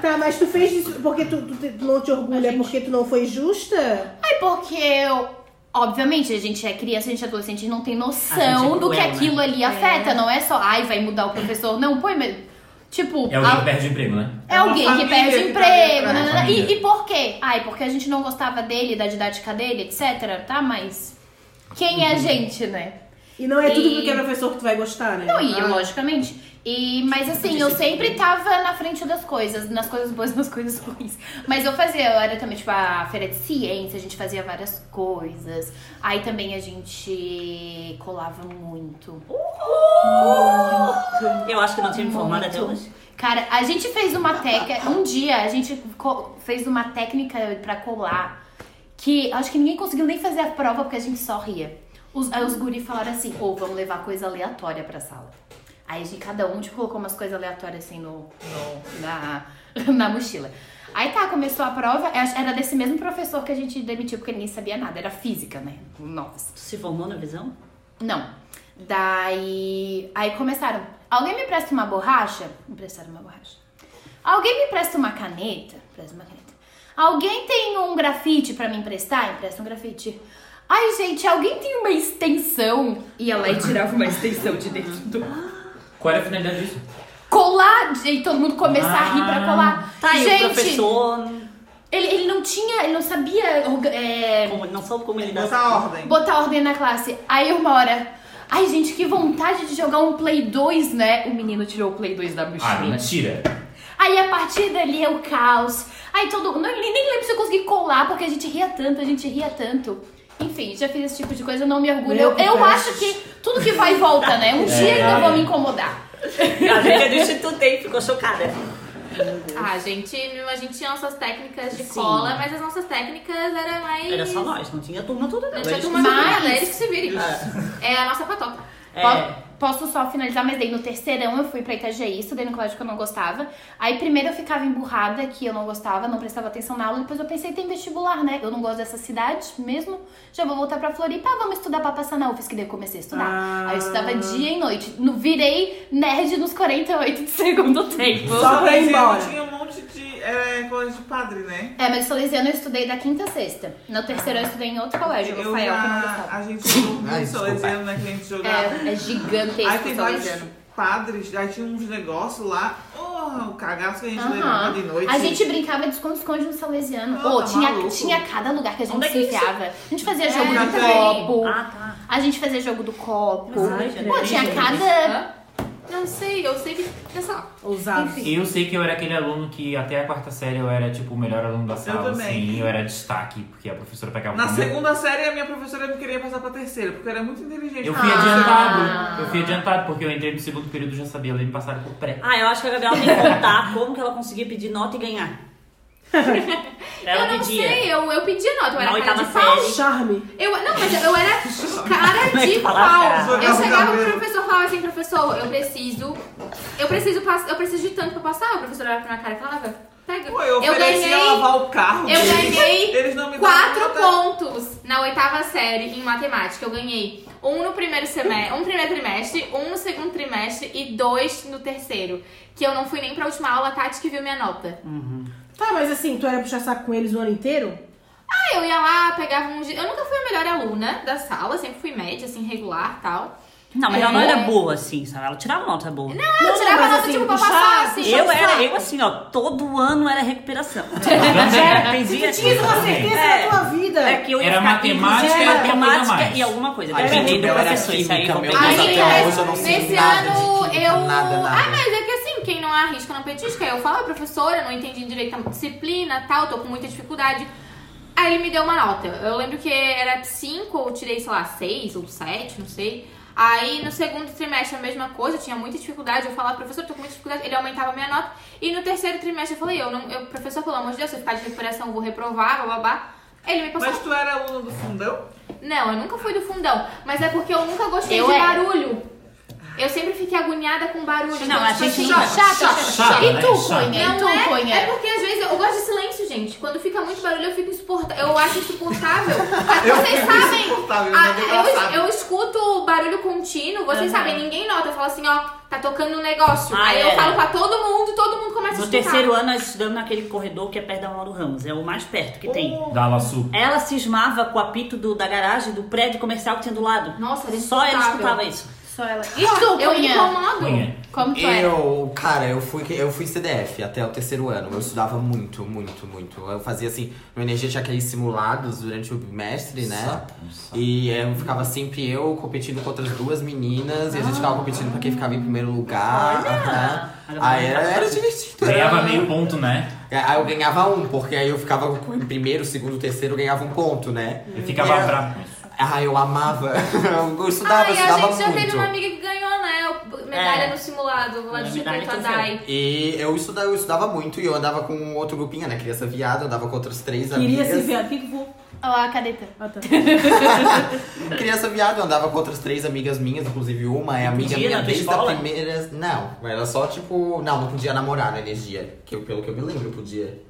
D: Tá, mas tu fez isso porque tu, tu te- tu não te orgulha, porque tu não foi justa?
A: É porque eu. Obviamente, a gente é criança, a gente é adolescente, a gente não tem
F: A gente
A: noção
F: é
A: do que
F: cruel, né?
A: aquilo ali afeta. Não é só, ai, vai mudar o professor. Não, pô, mas. Tipo,
C: É alguém
A: a-
C: que perde o emprego, né?
A: é alguém
B: uma
A: que
B: família
A: perde
B: que tá
A: emprego.
B: dentro, né?
A: nanana. E,
C: Família.
A: e por quê? Ai, porque a gente não gostava dele, da didática dele, etc. Tá, mas. Quem é a gente, né?
D: E não é tudo
A: E-
D: porque é professor que tu vai gostar, né?
A: Não, e
D: Ah.
A: logicamente. E, mas assim, eu sempre tava na frente das coisas, nas coisas boas nas [laughs] coisas ruins. Mas eu fazia, eu era também, tipo, a feira de ciência, a gente fazia várias coisas. Aí também a gente colava muito.
F: Eu acho que eu não tinha me formado até hoje.
A: Cara, a gente fez uma técnica. Um dia a gente co- fez uma técnica pra colar que acho que ninguém conseguiu nem fazer a prova porque a gente só ria. Os, aí os guri falaram assim: ou vamos levar coisa aleatória pra sala. Aí a gente, cada um tipo, colocou umas coisas aleatórias assim no, no- na, [laughs] na mochila. Aí tá, começou a prova, é, era desse mesmo professor que a gente demitiu porque ele nem sabia nada, era física, né? Novas.
F: Tu se formou na visão?
A: Não. Daí. Aí começaram. Alguém me presta uma borracha? Me prestaram uma borracha. Alguém me presta uma caneta? Presta uma caneta. Alguém tem um grafite pra me emprestar? Empresta um grafite. Ai, gente, alguém tem uma extensão? Ia lá e tirava [laughs] uma extensão de dentro do.
C: Qual era a finalidade disso?
A: Colar! E todo mundo começar a rir pra colar.
F: Tá aí,
A: gente,
F: o professor
A: Ele, ele não tinha, ele não sabia orga- é,
F: como- não soube como ele dá.
B: Botar ordem.
A: botar ordem na classe. Aí uma hora. Ai, gente, que vontade de jogar um Play 2, né? O menino tirou o Play 2 da
C: Ah,
A: mochila.
C: mentira.
A: Aí a partir dali é o caos. Aí todo. Não, nem nem lembro se eu consegui colar, porque a gente ria tanto, a gente ria tanto. Enfim, já fiz esse tipo de coisa, não me orgulho.
D: Meu
A: Eu, eu
D: Deus. É
A: acho que tudo que vai e volta, né? Um dia ainda vou me incomodar.
F: [laughs] A gente é do Instituto e ficou chocada.
G: Ah, a gente, a gente tinha nossas técnicas de
F: Sim.
G: cola, mas as nossas técnicas eram mais.
F: Era só nós, não tinha turma toda
G: É Não
F: dela.
G: tinha
F: Eles-
G: turma
A: Mas-
G: nada, eles que se virem. É a nossa patoca.
F: É,
A: Po- Posso só finalizar, mas daí no terceirão eu fui pra Itajaí, estudei no colégio que eu não gostava. Aí primeiro eu ficava emburrada, que eu não gostava, não prestava atenção na aula. Depois eu pensei, tem vestibular, né? Eu não gosto dessa cidade mesmo. Já vou voltar pra Floripa, ah, vamos estudar pra passar na UFSC. Daí eu comecei a estudar.
D: Ah.
A: Aí eu estudava dia e noite. No, virei nerd nos 48 de segundo
B: [laughs]
A: tempo.
D: Só pra ir embora.
B: Tinha um monte de. Era colégio de padre, né?
A: É, mas Salesiano eu estudei da quinta a sexta. No terceirão eu estudei em outro colégio,
B: Eu
A: Rafael, que Tá, eu não
B: na-
A: gostava.
B: a gente jogou um
E: Ai,
B: muito
E: desculpa.
B: Salesiano, né? Que a gente jogava.
A: É, é
B: Aí
A: gigantesco
B: tem
A: o
B: vários
A: Salesiano.
B: padres, aí tinha uns negócios lá. Oh, o cagaço que a gente
A: Aham.
B: levava de noite.
A: A gente brincava de esconde-esconde no Salesiano.
B: Ah,
A: Ô,
B: tá
A: tinha,
B: maluco.
A: tinha cada lugar que a gente
F: Onde é
A: se
F: que isso?
A: enfiava. A gente fazia jogo
B: na
A: do
B: praia.
A: copo.
F: Ah, tá.
A: A gente fazia jogo do copo.
F: Ai, que
A: Pô, tinha
F: delícia.
A: cada.
G: Hã? Não sei, eu sei que. Olha só.
D: Ousado.
C: Eu sei que eu era aquele aluno que até a quarta série eu era, tipo, o melhor aluno da sala,
B: também.
C: assim. Eu era destaque, porque a professora pegava
B: Na
C: todo mundo.
B: segunda série, a minha professora me queria passar pra terceira, porque eu era muito inteligente.
C: Eu fui
A: Ah.
F: Ah.
C: adiantado. Eu fui adiantado, porque eu entrei no segundo período e já sabia. Eles me passaram por pré.
F: Ah, eu acho que a Gabriela tem que contar como que ela conseguia pedir nota e ganhar. Ela
G: eu não
F: pedia.
G: sei, eu, eu pedi nota, eu
F: Na
G: era cara
F: oitava
G: de pau.
F: série.
D: Charme.
G: Eu, não, mas
F: [laughs]
G: eu era cara
F: é
G: de
F: que fala,
G: pau.
B: cara?
G: Eu
B: Jogava
G: chegava pro
B: cabelo.
G: professor e falava assim, professor, eu preciso. Eu preciso passar, eu preciso de tanto pra passar. O professor olhava pra minha cara e falava, pega.
B: Pô, eu ofereci
G: ganhei.
B: a lavar o carro.
G: Eu
B: deles.
G: ganhei
B: Eles não me
G: Quatro
B: davam nota.
G: pontos na oitava série em matemática. Eu ganhei um no primeiro semestre, um no primeiro trimestre, um no segundo trimestre e dois no terceiro. Que eu não fui nem pra última aula, a Tati que viu minha nota.
F: Hum.
D: Tá, mas assim, tu era puxar saco com eles o ano inteiro?
G: Ah, eu ia lá, pegava um. gi- Eu nunca fui a melhor aluna da sala, sempre fui média, assim, regular tal.
F: Não, mas ela não
G: É.
F: era boa, assim, sabe? Ela tirava nota boa. Ah,
G: Ah, eu
D: não,
G: tirava
D: mas
G: nota
D: assim,
G: tipo pra
D: puxar-
G: passar, assim.
F: eu
G: pra
F: era,
G: passar.
F: eu assim, ó, todo ano era recuperação. Era, pedia,
D: Tinha uma certeza
F: É.
D: na tua vida.
F: É que eu ia
C: Era
F: ficar-
C: matemática
F: inclusive,
D: e alguma
C: coisa
F: matemática
C: mais.
F: e alguma coisa.
E: Ai, gente,
F: Dependendo
E: o
F: do
E: meu era
F: professor, isso aí
E: química, meu
F: complica.
E: Deus,
G: Ai, gente,
E: até hoje eu não sei
G: é, Nesse
E: nada de
G: ano
E: química,
G: eu.
E: nada, nada.
G: Ah, mas é que assim, quem não arrisca não petisca. Eu falo, "Ah, professora, eu não entendi direito a disciplina, tal, tô com muita dificuldade. Aí ele me deu uma nota. Eu lembro que era 5, eu tirei, sei lá, 6 ou 7, não sei. Aí no segundo trimestre a mesma coisa, eu tinha muita dificuldade. Eu falava, professor, tô com muita dificuldade. Ele aumentava a minha nota. E no terceiro trimestre eu falei, eu não, eu, professor, pelo amor de Deus, se eu ficar de recuperação, eu vou reprovar, babá. Ele me passou.
B: Mas tu era aluno do fundão?
G: Não, eu nunca fui do fundão. Mas é porque eu nunca gostei
A: Eu
G: de
A: era.
G: barulho. Eu sempre fiquei agoniada com barulho.
F: Não, a gente
G: assim,
F: não-
G: chata,
C: Chata,
A: E
C: né?
A: tu,
C: Chata.
A: Cunha? E
G: Não
A: tu,
G: é, é
A: Cunha?
G: porque às vezes eu, eu gosto de silêncio, gente. Quando fica muito barulho, eu fico insuportável. Eu acho
E: [laughs]
G: insuportável. Mas vocês sabem.
E: insuportável,
G: Ah,
E: mas é engraçado.
G: eu, eu escuto barulho contínuo, vocês
F: Aham.
G: sabem, ninguém nota. Eu falo assim, ó, tá tocando um negócio.
F: Ah,
G: Aí eu
F: é.
G: falo pra todo mundo, todo mundo começa a
F: No
G: escutar.
F: terceiro ano, nós estudamos naquele corredor que é perto da Mauro Ramos. É o mais perto que tem.
C: Dala Sul.
F: Ela cismava com o apito do- da garagem do prédio comercial que tinha do lado.
G: Nossa, era
F: Só ela
G: insuportável.
F: escutava isso.
A: Só ela. E tu,
G: Eu me
A: Cunha?
G: incomodo.
C: Cunha.
A: Como tu é? era?
E: Eu, cara, eu fui, eu fui CDF até o terceiro ano. Eu estudava muito, muito, muito. Eu fazia assim, no Energia tinha aqueles simulados durante o mestre, né? E eu ficava sempre eu competindo com outras duas meninas. E a gente ficava competindo pra quem ficava em primeiro lugar. né? Aí era, era divertido. era-
C: Ganhava meio ponto, né?
E: É, Aí eu ganhava um, porque aí eu ficava com- em primeiro, segundo, terceiro, eu ganhava um ponto, né?
C: Eu ficava
E: E aí-
C: bravo com isso.
E: Ah, eu amava. [laughs] Eu
G: Ah,
E: estudava, eu
G: e a
E: estudava
G: gente já
E: muito.
G: teve uma amiga que ganhou, né? o- Medalha
F: É.
G: no simulado, lá
F: É,
G: de
F: medalha
G: Instituto
F: e troféu.
G: Adai.
E: E eu estudava, eu estudava muito e eu andava com outro grupinho, né? Queria ser viado, eu andava com outras três
F: Queria
E: amigas.
F: se ver aqui que vou.
A: Ó, a cadeta.
E: Queria ser viado, eu andava com outras três amigas minhas, inclusive uma é amiga
F: Podia na
E: minha
F: tua
E: desde a
F: escola?
E: primeira. Não, era só tipo. Não, não podia namorar na energia. Que eu- pelo que eu me lembro, podia.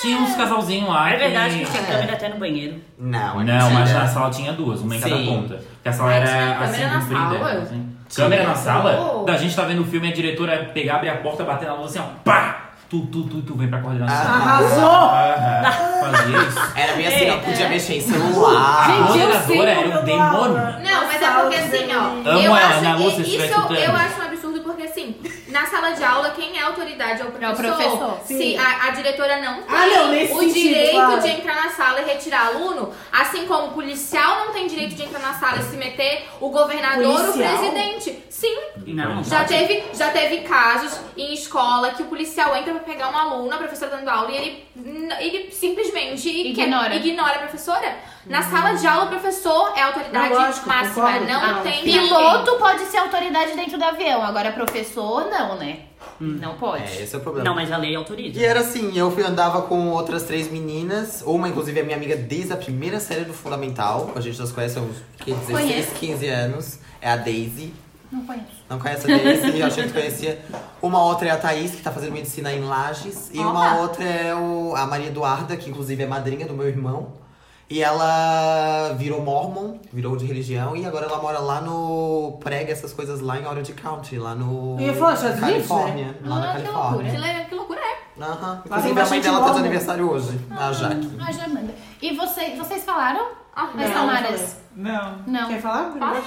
C: Tinha uns casalzinhos lá.
F: É verdade
C: que-
F: que tinha câmera até no banheiro.
E: Não, era
C: Não, mas
E: mentira.
C: na sala tinha duas, uma em cada
E: Sim.
C: ponta. Porque a sala
G: Mas
C: era
G: tinha
C: assim,
G: câmera na
C: comprida.
G: sala?
C: assim. Câmera na sala?
G: Oh.
C: Da gente tá vendo o filme, a diretora pegar, abrir a porta, bater na luz assim, ó, pá! Tu, tu, tu, tu, vem pra coordenação.
D: Arrasou!
C: Aham, fazia
E: [laughs]
C: isso.
E: Era bem assim,
F: É,
E: não podia mexer em celular.
C: A
D: Gente, eu sei
C: coordenadora
D: como
C: era
D: eu
C: um
D: dou aula.
C: demônio.
G: Não, mas é porque assim,
D: né?
G: ó.
C: Amo
G: eu
C: ela,
G: acho
C: Ana
G: que
C: Lúcia, se
G: isso
C: estiver
G: eu
C: escutando.
G: acho um absurdo, porque assim, na sala de aula, quem é a autoridade é o professor.
A: professor,
D: sim.
G: Se a, a diretora não tem
D: Ah, não, nesse
G: o
D: sentido,
G: direito
D: claro.
G: de entrar na sala e retirar aluno, assim como o policial não tem direito de entrar na sala e se meter, o governador,
D: Policial?
G: o presidente. Sim,
F: Não,
G: já teve, já teve casos em escola que o policial entra pra pegar uma aluna, a professora dando aula, e ele, ele simplesmente
A: Ignora.
G: quer- ignora a professora. Na sala de aula, o professor é a autoridade
D: Não, lógico,
G: máxima.
D: concordo.
G: Não
D: Não,
G: tem ninguém.
A: Piloto pode ser autoridade dentro do avião, agora professor não, né? Não
E: É,
A: pode.
E: esse é o problema.
F: Não, mas é a lei
E: E
F: autoriza.
E: era assim, eu fui andava com outras três meninas, uma inclusive é minha amiga desde a primeira série do Fundamental, a gente já se conhece há uns que, 16,
A: Conheço.
E: 15 anos, é a Daisy.
A: Não conheço.
E: Não conhece a Daisy, eu achei que conhecia. Uma outra é a Thaís, que tá fazendo medicina em Lages. E uma
A: Olá.
E: outra é o- a Maria Eduarda, que inclusive é madrinha do meu irmão. E ela virou mormon, virou de religião, e agora ela mora lá no. prega essas coisas lá em Orange County, lá no.
D: Eu ia falar, Estados Unidos, né?
E: Califórnia. Lá na
A: Ah, que loucura.
E: Califórnia.
G: Que, le- que loucura é.
E: Aham.
D: Lá tem
E: Inclusive, a mãe
D: bastante
E: dela tá de
D: mormon.
E: aniversário hoje, a Jaque.
A: Ah, já manda. E você- vocês falaram?
G: Ah,
A: Mas
D: Não,
A: Tamaras?
B: Não.
A: Não.
D: Quer falar?
G: Fala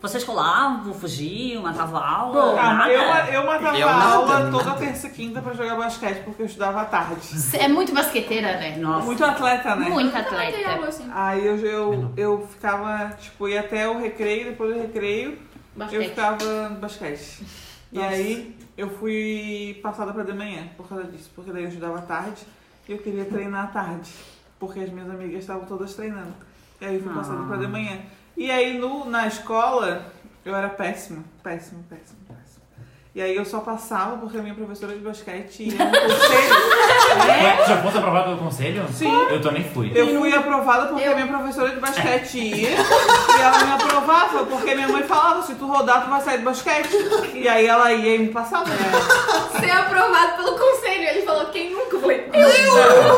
F: Vocês colavam, fugiam, matavam a aula,
B: Ah,
F: nada.
B: eu, eu matava
E: Eu
B: a
E: nada,
B: aula
E: nada.
B: toda terça e quinta pra jogar basquete, porque eu estudava à tarde.
A: Cê É muito basqueteira, né?
F: Nossa.
B: Muito atleta, né?
A: Muito
G: Eu também tenho algo
A: atleta.
G: assim.
B: Aí eu, eu, eu ficava, tipo, ia até o recreio, depois do recreio, eu
A: Basquete.
B: ficava no basquete. E aí eu fui passada pra de manhã por causa disso, porque daí eu estudava à tarde e eu queria treinar à tarde, porque as minhas amigas estavam todas treinando. E aí eu fui passada pra de manhã. E aí no, na escola eu era péssima, péssima, péssima, péssima. E aí eu só passava porque a minha professora de basquete ia [laughs] no conselho.
C: Já fosse aprovado pelo conselho?
B: Sim.
C: Eu também fui.
B: Eu fui aprovada porque a minha professora de basquete ia e ela me aprovava porque minha mãe falava: se tu rodar, tu vai sair do basquete. E aí ela ia e me né? passava.
G: Ser é aprovado pelo conselho. Ele falou, quem nunca foi? Eu!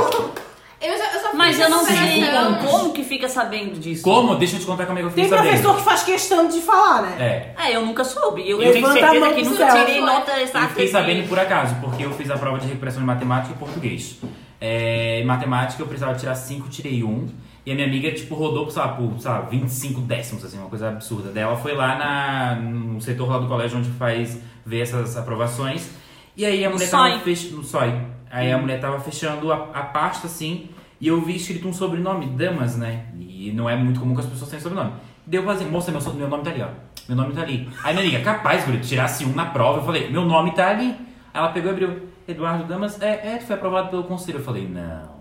G: Eu, já, eu só fiz
F: Mas eu não Um sei
G: superação.
F: como, como que fica sabendo disso.
C: Como? Deixa eu te contar como é que eu fiquei
D: Tem
C: sabendo.
D: professor que faz questão de falar, né?
C: É.
F: É, eu nunca soube. Eu,
D: Levanta
F: tenho
D: a mão
F: certeza que
D: pro
F: nunca
D: céu.
F: tirei nota exata.
C: Eu fiquei
F: de-
C: sabendo por acaso, porque eu fiz a prova de recuperação de matemática e português. É, em matemática eu precisava tirar 5, tirei 1. Um, e a minha amiga, tipo, rodou por, sei lá, por sei lá, 25 décimos, assim, uma coisa absurda. Daí ela foi lá na, no setor lá do colégio onde faz ver essas aprovações. E aí a
F: No
C: mulher
F: SOI.
C: tava fech... no SOI. Aí a mulher tava fechando a, a pasta, assim, e eu vi escrito um sobrenome, Damas, né? E não é muito comum que as pessoas tenham sobrenome. Deu pra dizer, moça, meu, so- meu nome tá ali, ó. Meu nome tá ali. Aí minha amiga, capaz, guri, tirasse um na prova. Eu falei, meu nome tá ali. Aí Ela pegou e abriu. Eduardo Damas, é, é, tu foi aprovado pelo conselho. Eu falei, não.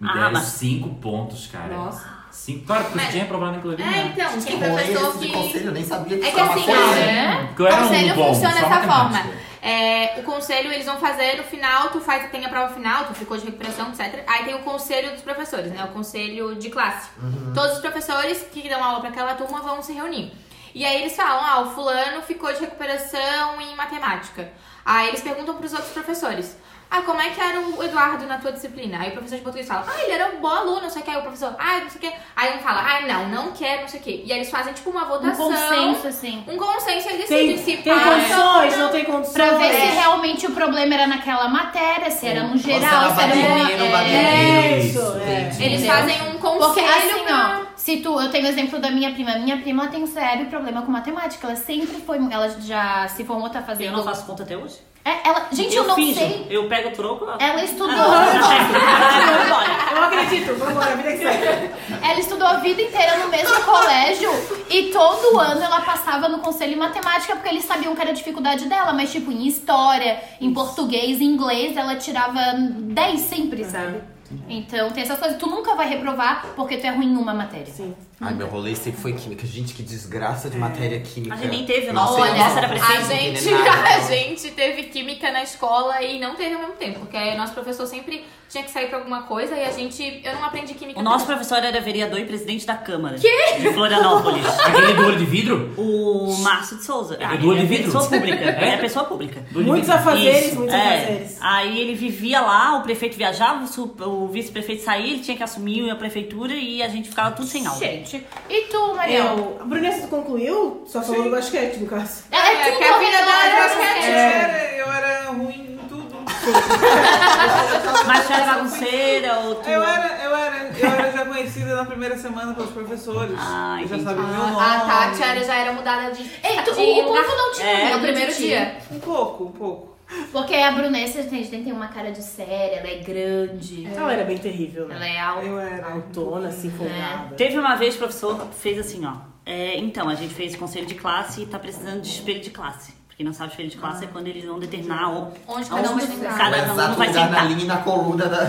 C: Me
F: Ah,
C: deram
F: mas-
C: 5 pontos, cara.
H: Nossa.
C: Cinco... Claro, porque eu tinha né? reprovado em
G: É,
C: colorir nada.
G: então, tem
E: Rolê
G: professor
E: esse tipo
G: que.
E: de conselho, eu nem sabia que
G: É que
E: era uma né?
G: assim,
E: coisa.
G: olha,
C: Porque eu era um
G: conselho
C: bom,
G: funciona
C: só
G: dessa
C: matemática.
G: forma. É, o conselho eles vão fazer no final, tu faz, tem a prova final, tu ficou de recuperação, etc. Aí tem o conselho dos professores, né? O conselho de classe.
E: Uhum.
G: Todos os professores que dão aula pra aquela turma vão se reunir. E aí eles falam, ah, o fulano ficou de recuperação em matemática. Aí eles perguntam pros outros professores. Ah, como é que era o Eduardo na tua disciplina? Aí o professor de português fala, ah, ele era um bom aluno, não sei o que. Aí o professor, ah, não sei o que. Aí um fala, ah, não, não quer, não sei o que. E aí eles fazem, tipo, uma
A: Um
G: votação
A: consenso, assim.
G: um consenso, eles
D: Tem,
G: decidem se né?
D: tem
G: passam
D: condições, não tem condições.
A: Pra ver
G: É.
A: se realmente o problema era naquela matéria, se era um geral,
E: Ou
A: se era
E: se era
A: um.
E: baderneiro,
A: é.
E: baderneiro.
D: Isso, é.
E: entendi.
G: Eles
A: Entendeu?
G: fazem um conselho.
A: Porque assim,
G: pra-
A: ó, se tu, eu tenho o exemplo da minha prima. Minha prima ela tem um sério problema com matemática. Ela sempre foi, ela já se formou, tá fazendo.
F: Eu não faço conta até hoje.
A: É, ela, gente, eu, não
F: finjo.
A: sei.
F: Eu É pego o troco. eu-
A: Ela estudou,
F: Ah, embora.
D: Eu acredito, vambora, vida é que segue.
A: ela estudou a vida inteira no mesmo colégio e todo ano ela passava no conselho em matemática porque eles sabiam que era a dificuldade dela, mas tipo em história, em português, em inglês, ela tirava 10 sempre, sabe? Então tem essas coisas, tu nunca vai reprovar porque tu é ruim em uma matéria.
D: Sim.
E: Ai, meu rolê sempre foi química. Gente, que desgraça de
C: É.
E: matéria química.
F: A gente nem teve,
E: Não
F: nossa,
E: sei,
G: Olha,
F: nossa, era
G: a
F: preciso.
G: gente,
F: [laughs]
E: envenenar,
G: [laughs] a
E: não.
G: gente teve química na escola e não teve ao mesmo tempo. Porque aí nosso professor sempre tinha que sair pra alguma coisa e a gente. Eu não aprendi química.
F: O nosso
G: também.
F: professor era vereador e presidente da Câmara. Que? De Florianópolis.
C: Aquele do olho de vidro?
F: O Márcio de Souza.
C: É
F: Ah,
C: do olho
F: ele
C: de
F: é
C: vidro?
F: pessoa pública.
C: É?
F: É, pessoa pública.
C: Do olho de
D: Muitos
C: vidro.
D: afazeres,
F: Isso,
D: muitos
F: é.
D: afazeres.
F: Aí ele vivia lá, o prefeito viajava, o su- o vice-prefeito saía, ele tinha que assumir a prefeitura e a gente ficava tudo sem aula.
A: Gente, e tu,
G: É.
A: Mariel?
D: Eu, a Brunessa, tu concluiu? Só falou do basquete, no caso.
A: É, é
G: É,
A: tudo É.
G: que a vida dela
A: ao redor
G: era
A: do
G: basquete.
A: basquete.
B: Era, eu era ruim em tudo.
F: Mas um tu era bagunceira ou tu...
B: Eu era, eu era, eu era já conhecida na primeira semana pelos professores.
F: Ah,
B: eu já
F: entendi.
B: sabia o meu nome.
G: Ah, a Tati era- já era mudada de.
A: Ei, tu-
G: de
A: o, o
G: lugar.
A: povo não te
G: É,
A: muda
G: no primeiro
A: de ti.
G: dia.
B: Um pouco, um pouco.
A: Porque a Brunessa gente, tem uma cara de séria, ela é grande,
D: Ela era bem terrível, né?
A: ela é alta.
B: Eu era.
D: Autona, assim, folgada.
F: Teve uma vez, o professor fez assim, ó. é, então, a gente fez conselho de classe e tá precisando de espelho de classe. Pra quem não sabe, espelho de classe é quando eles vão determinar o-
G: Onde cada um
F: é
G: vai sentar.
E: O
F: Cada aluno
E: exato
F: Ah, vai
E: lugar na
F: sentar.
E: linha e na coluna da.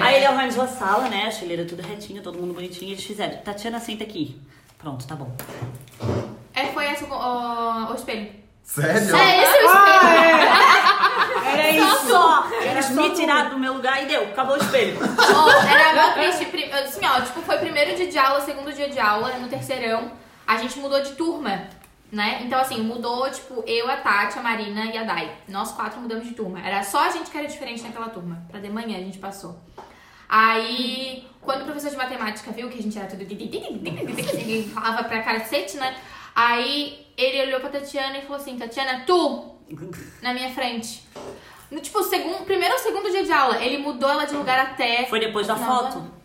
E: [laughs]
F: Aí ele é organizou a sala, né? A cheleira tudo retinho, todo mundo bonitinho. E eles fizeram, Tatiana, senta aqui. Pronto, tá bom.
G: É, foi esse o, o, o espelho.
E: Sério?
A: É esse o espelho.
D: Era isso.
F: Só! Eles
D: só
F: me
D: tu.
F: tiraram do meu lugar e deu. Acabou o espelho.
G: Ó, era muito triste. Prim- Assim, ó, tipo, foi primeiro dia de aula, segundo dia de aula, no terceirão, a gente mudou de turma, né? Então, assim, mudou, tipo, eu, a Tati, a Marina e a Dai. Nós quatro mudamos de turma. Era só a gente que era diferente naquela turma. Pra de manhã a gente passou. Aí, quando o professor de matemática viu que a gente era tudo... Falava pra cacete, né? Aí, ele olhou pra Tatiana e falou assim, Tatiana, tu, na minha frente. No, tipo, segundo, primeiro ou segundo dia de aula, ele mudou ela de lugar até...
F: Foi depois da
G: Não,
F: foto.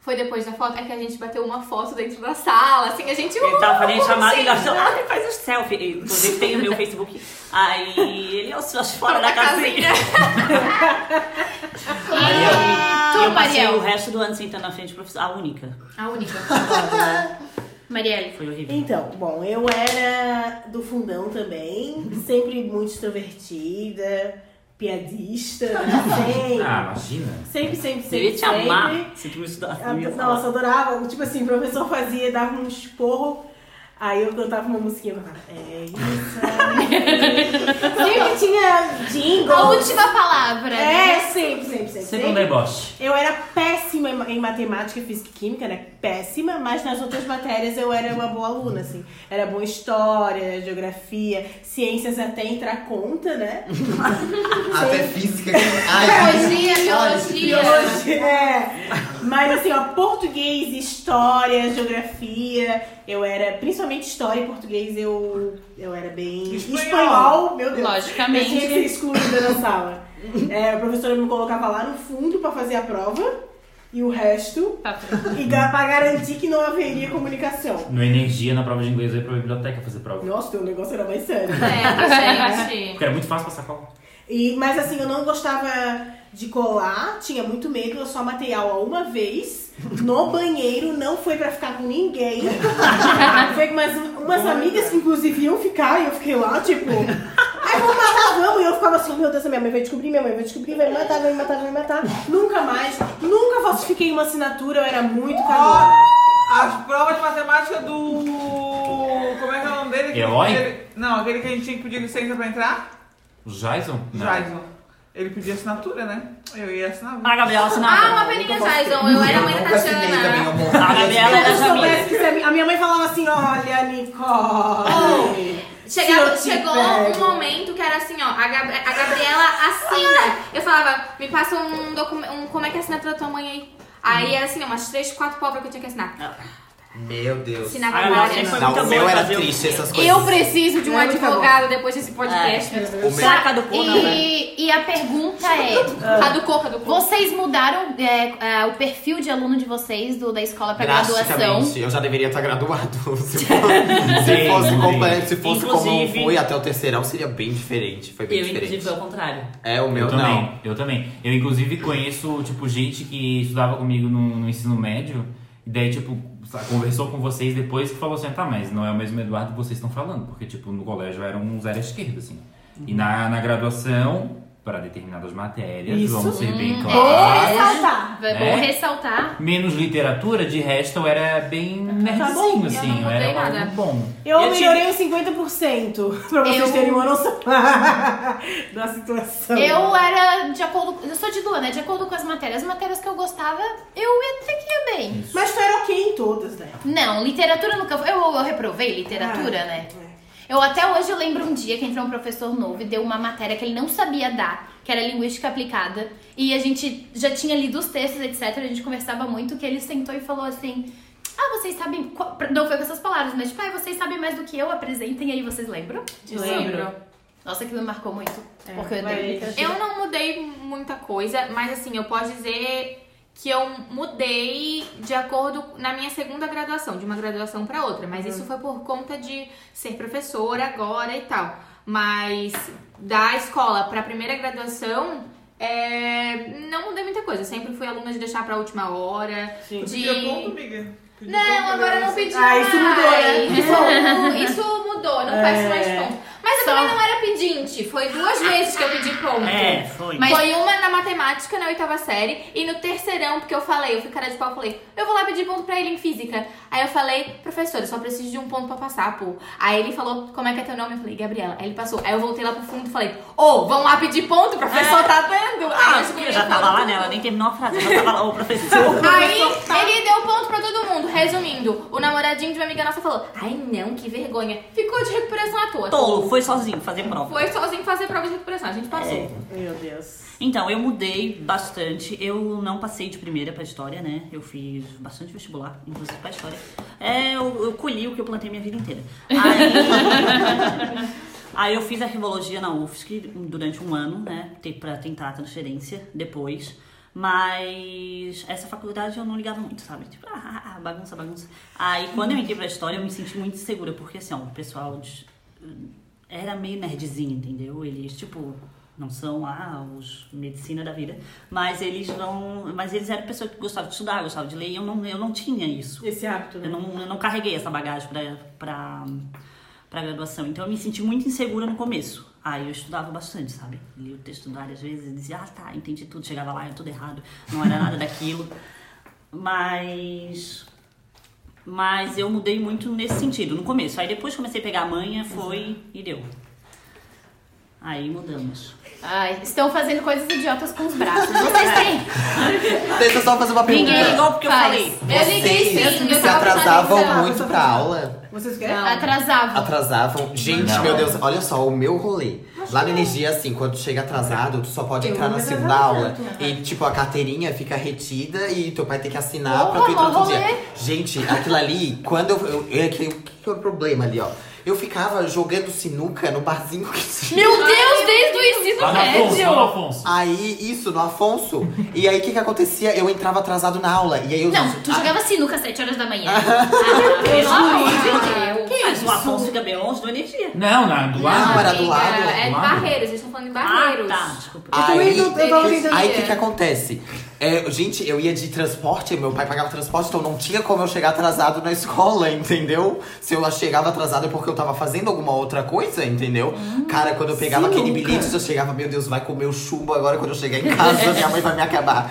G: Foi depois da foto, é que a gente bateu uma foto dentro da sala, assim, a gente...
F: Ele tava fazendo chamada e
G: gente,
F: ele achou, ah, ele faz os selfie. Ele, Inclusive tem no meu Facebook. Aí ele, eu sou fora da casinha.
A: E
F: E
A: tu,
F: eu passei o
A: Mariel?
F: resto do ano sentando na frente do professor. A única.
G: A única.
A: [laughs] Marielle.
F: Foi horrível.
D: Então, bom, eu era do fundão também, sempre muito extrovertida, piadista, né?
F: [laughs]
D: sempre.
C: Ah, imagina.
D: Sempre, sempre,
F: Você ia
D: sempre,
F: te amar
D: sempre.
F: se tu me estudasse.
D: Ah,
F: na minha sala.
D: Nossa, eu adorava. Tipo assim, o professor fazia, dava um esporro. Aí eu cantava uma musiquinha, eu cantava, é
F: [laughs]
D: isso. sempre tinha
A: A
D: jingle.
A: última palavra.
D: É, sempre, sempre, sempre.
C: Sempre um deboche.
D: Eu era péssima em em matemática, física e química, né? Péssima, mas nas outras matérias eu era uma boa aluna, assim. Era boa em história, geografia, ciências até entrar conta, né?
E: Até física. Ai,
G: Biologia, biologia.
D: É. Mas assim, ó, português, história, geografia, eu era, principalmente história e português, eu, eu era bem.
B: Espanhol.
D: Espanhol, meu Deus. Eu
A: Logicamente.
D: tinha
E: é
D: que ser excluída da sala. É, a professora me colocava lá no fundo pra fazer a prova e o resto
A: Tá.
D: E dá pra garantir que não haveria comunicação.
C: No Energia, na prova de inglês, eu ia pra biblioteca fazer prova.
D: Nossa, teu negócio era mais sério.
G: É, gente.
C: Porque era muito fácil passar cola.
D: E, mas assim, eu não gostava de colar, tinha muito medo, eu só matei aula uma vez. No banheiro, não foi pra ficar com ninguém. foi com umas, umas amigas que inclusive iam ficar e eu fiquei lá, tipo. Aí vamos matar, vamos. E eu ficava assim, meu Deus, minha mãe vai descobrir, minha mãe vai descobrir, vai me matar, vai me matar, vai me matar. Nunca mais, nunca falsifiquei uma assinatura, eu era muito cagona.
B: As provas de matemática do. Como é que é o nome dele? Aquele-
C: Eloy?
B: aquele- Não, aquele que a gente tinha que pedir licença pra entrar?
C: O Jason? Não.
B: Jason. Ele pedia assinatura, né? Eu ia assinar.
F: A Gabriela
G: [laughs] Ah, uma
F: assinava.
G: peninha, Jason. Eu era mãe da Tatiana.
E: Ah,
F: A Gabriela
D: Se
F: era
D: eu soubesse
F: Jamile.
D: que isso é mi- a minha mãe falava assim, olha, Nicole.
G: Chegava,
D: se eu te
G: chegou
D: pego.
G: um momento que era assim, ó, a, Gab- a Gabriela assina. Eu falava, me passa um documento, um, como é que é a assinatura da tua mãe aí? Aí era assim, ó, umas três, quatro pobres que eu tinha que assinar.
E: Meu Deus.
G: Assinava
F: Ah,
G: várias.
F: sempre foi
E: Não,
F: muito
E: o meu
F: bom
E: era
F: fazer o-
E: triste essas coisas.
A: Eu preciso de um
D: É, muito
A: advogado depois desse podcast.
G: É.
E: O Ah. meu-
F: Saca do cu, não, né?
A: E, e a pergunta é:
G: A do Coca, do Coca.
A: vocês mudaram é, é, o perfil de aluno de vocês do, da escola pra graduação?
E: Drasticamente, eu já deveria estar graduado. [laughs] Se fosse, se fosse,
C: Sim.
E: compa- se fosse como
F: Inclusive-
E: foi até o terceirão, seria bem diferente. Foi bem
F: Eu, inclusive,
E: diferente.
F: foi ao contrário.
E: É, o meu
C: Eu também,
E: não.
C: eu também. Eu, inclusive, conheço, tipo, gente que estudava comigo no, no ensino médio, e daí, tipo, sa- conversou com vocês depois que falou assim, tá, mas não é o mesmo Eduardo que vocês estão falando, porque, tipo, no colégio eu era um zero à esquerda, assim. E na, na graduação, para determinadas matérias,
D: Isso.
C: vamos ser bem
D: Vou
C: claros.
D: ressaltar.
A: É
C: É.
E: Né?
A: bom ressaltar.
C: Menos literatura, de resto, eu era bem nerdzinho,
D: bom,
C: assim.
G: eu não
C: eu era
G: mudei
C: um aluno
G: nada.
C: bom.
D: Eu,
F: Eu tive-
D: melhorei uns 50%, [laughs] pra vocês
A: Eu-
D: terem uma noção [laughs] da situação.
A: Eu era de acordo. Eu sou de lua, né? De acordo com as matérias. As matérias que eu gostava, eu até que ia bem.
D: Mas tu era ok em todas, né?
A: Não, literatura nunca foi. Eu, eu reprovei literatura,
D: Ah,
A: né? Eu até hoje eu lembro um dia que entrou um professor novo e deu uma matéria que ele não sabia dar, que era linguística aplicada. E a gente já tinha lido os textos, etc. A gente conversava muito, que ele sentou e falou assim. Ah, vocês sabem. qual-" Não foi com essas palavras, mas tipo, ah, vocês sabem mais do que eu, apresentem aí, vocês lembram?
D: Eu lembro.
A: Nossa, aquilo me marcou muito.
D: É,
A: porque eu
D: mas-
A: odeio literatura.
G: Eu não mudei muita coisa, mas assim, eu posso dizer que eu mudei de acordo na minha segunda graduação, de uma graduação pra outra, mas isso foi por conta de ser professora agora e tal. Mas da escola pra primeira graduação, é, não mudei muita coisa. Eu sempre fui aluna de deixar pra última hora,
D: Sim.
G: de
B: Pedia ponto, um amiga. Pedia
G: não,
B: ponto,
G: agora eu não
B: galera.
G: pedi
D: Ah, isso mudou, né?
G: mais. Isso, isso mudou, não peço
D: É.
G: mais ponto. Mas eu
A: Só-
G: também não era pedinte, foi duas vezes que eu pedi ponto.
F: É, foi.
A: Mas-
G: Foi uma na matemática, na oitava série, e no terceirão, porque eu falei, eu fui cara de pau, eu falei, eu vou lá pedir ponto pra ele em física. Aí eu falei, professor, eu só preciso de um ponto pra passar, pô. Aí ele falou, como é que é teu nome? Eu falei, Gabriela. Aí ele passou. Aí eu voltei lá pro fundo e falei, ô, vamos lá pedir ponto, o professor tá dando.
F: Ah,
G: Aí eu
F: eu já tava lá, né? Ela nem terminou a frase. Eu já tava lá, ô professor. [laughs]
G: Aí ele deu ponto pra todo mundo. Resumindo, o namoradinho de uma amiga nossa falou: Ai não, que vergonha. Ficou de recuperação à toa. Tipo,
F: Tolo, foi sozinho fazer prova.
G: Foi sozinho fazer prova de recuperação, a gente passou.
D: Meu Deus.
F: Então, eu mudei bastante. Eu não passei de primeira pra história, né? Eu fiz bastante vestibular, inclusive pra história. É, eu, eu colhi o que eu plantei minha vida inteira. Aí, aí eu fiz arquivologia na UFSC durante um ano, né? Te- Pra tentar a transferência depois. Mas essa faculdade eu não ligava muito, sabe? Tipo, ah, ah, ah, bagunça, bagunça. Aí quando eu entrei pra história eu me senti muito insegura, porque assim, ó, o pessoal de- era meio nerdzinho, entendeu? Eles, tipo, não são ah, os medicina da vida, mas eles não, mas eles eram pessoas que gostavam de estudar, gostavam de ler, e eu não, eu não tinha isso.
D: Esse hábito,
F: Eu
D: né?
F: não, eu não carreguei essa bagagem pra, pra, pra graduação. Então eu me senti muito insegura no começo. Aí eu estudava bastante, sabe? Lia o texto várias vezes e dizia, ah tá, entendi tudo. Chegava lá, era tudo errado, não era nada daquilo. Mas. Mas eu mudei muito nesse sentido, no começo. Aí depois comecei a pegar a manha, foi e deu. Aí mudamos.
A: Ai, estão fazendo coisas idiotas com os
D: [laughs]
A: braços. Vocês têm.
E: Deixa eu só fazer uma pergunta.
F: Ninguém ligou porque eu
A: Faz.
F: falei.
G: Eu liguei sim, eu
E: se
G: tava prestando atenção.
E: atrasavam muito pra aula.
D: Vocês querem?
A: Ah. Atrasavam.
E: Atrasavam. Gente,
C: Não.
E: meu Deus, olha só, o meu rolê. Lá na energia, assim, quando chega atrasado, tu só pode
D: Eu
E: entrar na
D: nunca
E: segunda
D: atrasava
E: aula.
D: tanto.
E: E, tipo, a carteirinha fica retida e teu pai tem que assinar
A: Porra,
E: pra tu entrar no
A: mó
E: outro dia.
A: rolê.
E: Gente, aquilo ali, quando eu. eu, eu que, que foi o problema ali, ó? Eu ficava jogando sinuca no barzinho que tinha.
A: Meu
G: Uhum.
A: Deus, desde o ensino
C: Lá no Afonso, lá no
A: médio.
C: Afonso.
E: Aí, isso, no Afonso. E aí, o que que acontecia? Eu entrava atrasado na aula. E aí, eu...
A: Não, tu
E: Ah,
A: jogava sinuca às 7 horas da manhã.
F: Pelo amor de Deus.
A: Meu Deus.
G: é
F: Mas o Afonso fica bem longe do energia.
C: Não, na, do lado.
E: Não, era do
G: Amiga,
E: lado,
G: É
C: do
G: de
C: lado.
G: Barreiros, eles estão falando de
F: Ah,
G: Barreiros.
F: tá. Desculpa.
E: Aí,
D: indo- eu tava tentando
E: aí o
D: ver.
E: que que acontece? É, gente, eu ia de transporte, meu pai pagava transporte, então não tinha como eu chegar atrasado na escola, [laughs] entendeu? Se eu chegava atrasado é porque eu tava fazendo alguma outra coisa, entendeu? Cara, quando eu pegava
D: Hum, sim,
E: aquele
D: nunca.
E: bilhete, eu chegava, meu Deus, vai comer o chumbo agora quando eu chegar em casa, minha mãe vai me acabar.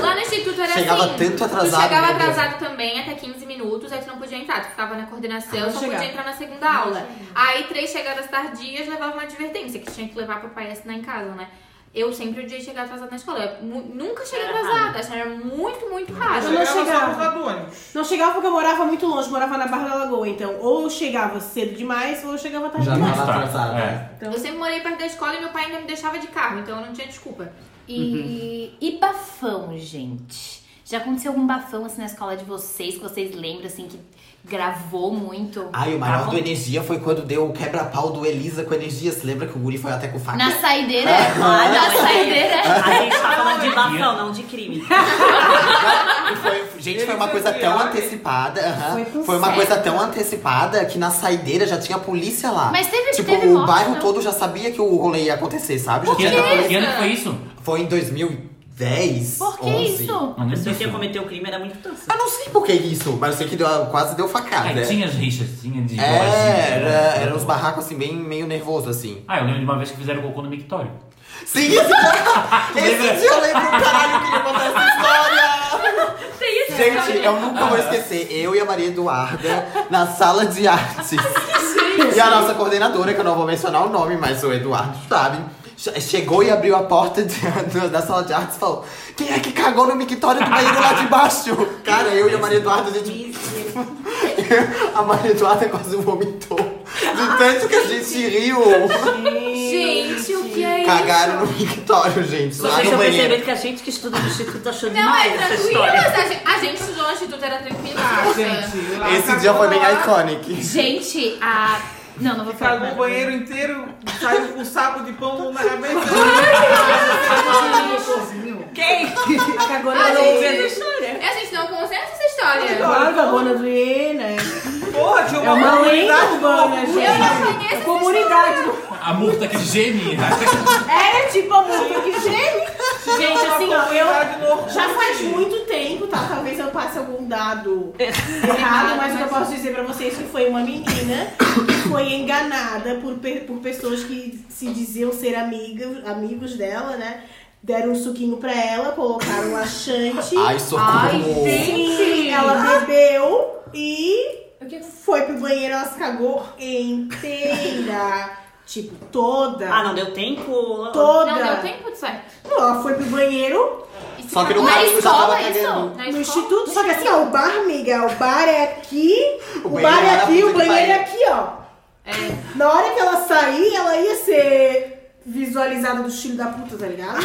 G: Lá no instituto era
E: Chegava
G: assim.
E: tanto atrasado,
G: Tu chegava
E: meu Deus.
G: atrasado também, até 15 minutos, aí tu não podia entrar. Tu ficava na coordenação,
D: Ah,
G: só
D: chegar.
G: podia entrar na segunda aula. Aí três chegadas tardias levava uma advertência, que tinha que levar pro pai assinar em casa, né? Eu sempre odiei chegar atrasada na escola. Eu mu- nunca cheguei
F: Era
G: atrasada, acho que era muito, muito
B: Eu
G: raro. Então,
D: não
B: chegava só
D: chegava.
B: por causa do ônibus.
D: Não chegava porque eu morava muito longe, morava na Barra da Lagoa, então ou eu chegava cedo demais ou eu chegava tarde
E: Já
D: demais.
E: [laughs] tava
C: Tá,
E: atrasada.
C: é.
D: Então,
G: Eu sempre morei perto da escola e meu pai ainda me deixava de carro, então eu não tinha desculpa.
A: E, e bafão, gente? Já aconteceu algum bafão assim na escola de vocês que vocês lembram assim que gravou muito?
E: Ai, o maior
A: Bafão?
E: do Energia foi quando deu o quebra-pau do Elisa com Energia. Se lembra que o guri foi até com faca?
A: Na saideira?
F: Ah,
A: na
F: não, é- [laughs]
A: saideira?
F: A gente tá falando de bafão, não de crime.
E: E foi- gente,
B: Ele
E: foi uma
B: foi
E: coisa tão
B: pior.
E: antecipada. aham.
D: Foi com
E: Foi, uma
D: certeza.
E: coisa tão antecipada que na saideira já tinha polícia lá.
A: Mas teve-
E: Tipo,
A: teve
E: o
A: morte,
E: bairro
A: não?
E: todo já sabia que o rolê ia acontecer, sabe? Já
C: Que
E: tinha
C: ano,
E: polícia.
C: que ano que foi isso?
E: Foi em 2010.
A: Por que
E: 11.
A: isso?
C: Não, não
F: Se
C: sei
F: você
C: isso.
F: cometeu o crime, era muito dança.
E: Eu não sei por que isso, mas eu sei que deu- quase deu facada.
B: É,
C: Aí É, tinha as rixas, tinha de
E: É,
C: lojinha,
E: era,
B: né?
C: de-
E: era uns barracos assim, bem meio nervoso, assim.
C: Ah, eu lembro de uma vez que fizeram cocô no mictório.
E: Sim, esse dia, esse dia eu lembro, caralho, que ia contar essa história!
G: Tem isso,
E: Gente, eu nunca vou esquecer. Eu e a Maria Eduarda na sala de artes. E a nossa coordenadora, que eu não vou mencionar o nome, mas o Eduardo sabe. che- Chegou e abriu a porta de- da sala de artes e falou: Quem é que cagou no mictório do banheiro lá de baixo? Cara, eu e a Maria Eduarda, a gente. [laughs] A Maria Eduarda quase vomitou. De tanto que a gente riu.
G: Gente, o que é isso?
E: Cagaram no mictório, gente. Lá
F: Vocês
E: no
F: estão
E: banheiro.
F: percebendo que a gente que estuda no Instituto achou
G: Não,
F: demais
G: é
F: essa
G: tranquilo.
F: história.
G: mas A gente, a gente estudou no instituto, era tranquilo.
B: Ah, gente. lá
E: Esse
B: cagou
E: dia foi bem
B: lá,
E: iconic.
A: Gente, a. Não, não vou falar.
B: Cagou o
A: nada.
B: Tá banheiro inteiro, saiu o saco de pão na cabeça. Sozinho.
F: Quem?
D: a cagona
G: Ah,
D: do
G: gente.
D: Iê na história.
G: A gente não consensa essa história.
D: Claro, a cagona do Iê, né?
B: Porra, tinha
D: É
B: uma
D: uma lenda
B: comunidade
D: urbana, gente.
G: Eu não conheço
D: É
G: essa
D: comunidade.
C: A murta que [laughs] geme.
D: É tipo a multa que geme. Gente, assim, eu...
B: eu.
D: Já faz muito tempo, tá? Talvez eu passe algum dado
G: [laughs]
D: errado, mas o que eu posso dizer pra vocês é que foi uma menina que foi enganada por, pe- por pessoas que se diziam ser amigas, amigos dela, né? Deram um suquinho pra ela, colocaram um laxante.
E: Ai, socorro.
G: Ai,
D: Sim,
G: gente.
D: ela bebeu e
G: O que
D: foi pro banheiro, ela se cagou inteira. Tipo, toda.
F: Ah, não deu tempo?
D: Toda.
G: Não deu tempo de certo.
D: Não, ela foi pro banheiro
G: Isso
E: Só que no
G: tá-
A: Na
E: caso eu já tava
A: escola, isso?
E: cagando.
G: Na
D: no
G: escola?
D: instituto. Só que assim, ó, o bar, amiga, o bar é aqui,
E: O
D: o, bar
E: banheiro
D: é
E: era puta
D: aqui, o
E: que
D: banheiro é
E: pariu.
D: aqui, ó.
G: É.
D: Na hora que ela sair, ela ia ser visualizada do estilo da puta,
E: [laughs]
D: tá ligado?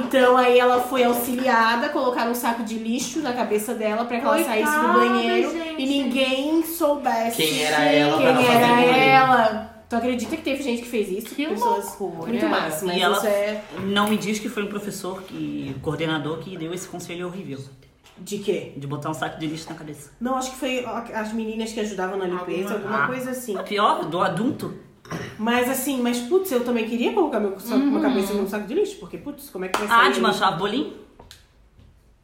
D: então aí ela foi auxiliada, colocaram um saco de lixo na cabeça dela pra que ela saísse do
G: Coitada,
D: banheiro
G: gente.
D: e ninguém soubesse
E: Quem era ela pra
D: quem
E: não fazer
D: era
E: bullying.
D: ela. Tu acredita que teve gente que fez isso?
A: Que
D: Pessoas
A: loucura.
D: muito más, mas
F: E ela-
D: isso é
F: Não me diz que foi um professor, que coordenador, que deu esse conselho horrível.
D: de quê?
F: De botar um saco de lixo na cabeça.
D: Não, acho que foi as meninas que ajudavam na
B: Alguma-
D: limpeza, alguma
F: Ah.
D: coisa assim.
F: Pior, do adulto.
D: Mas assim, mas putz, eu também queria colocar meu, saco-
G: Uhum.
D: minha cabeça num saco de lixo, porque putz, como é que vai sair?
F: Ah, de manchar bolinho.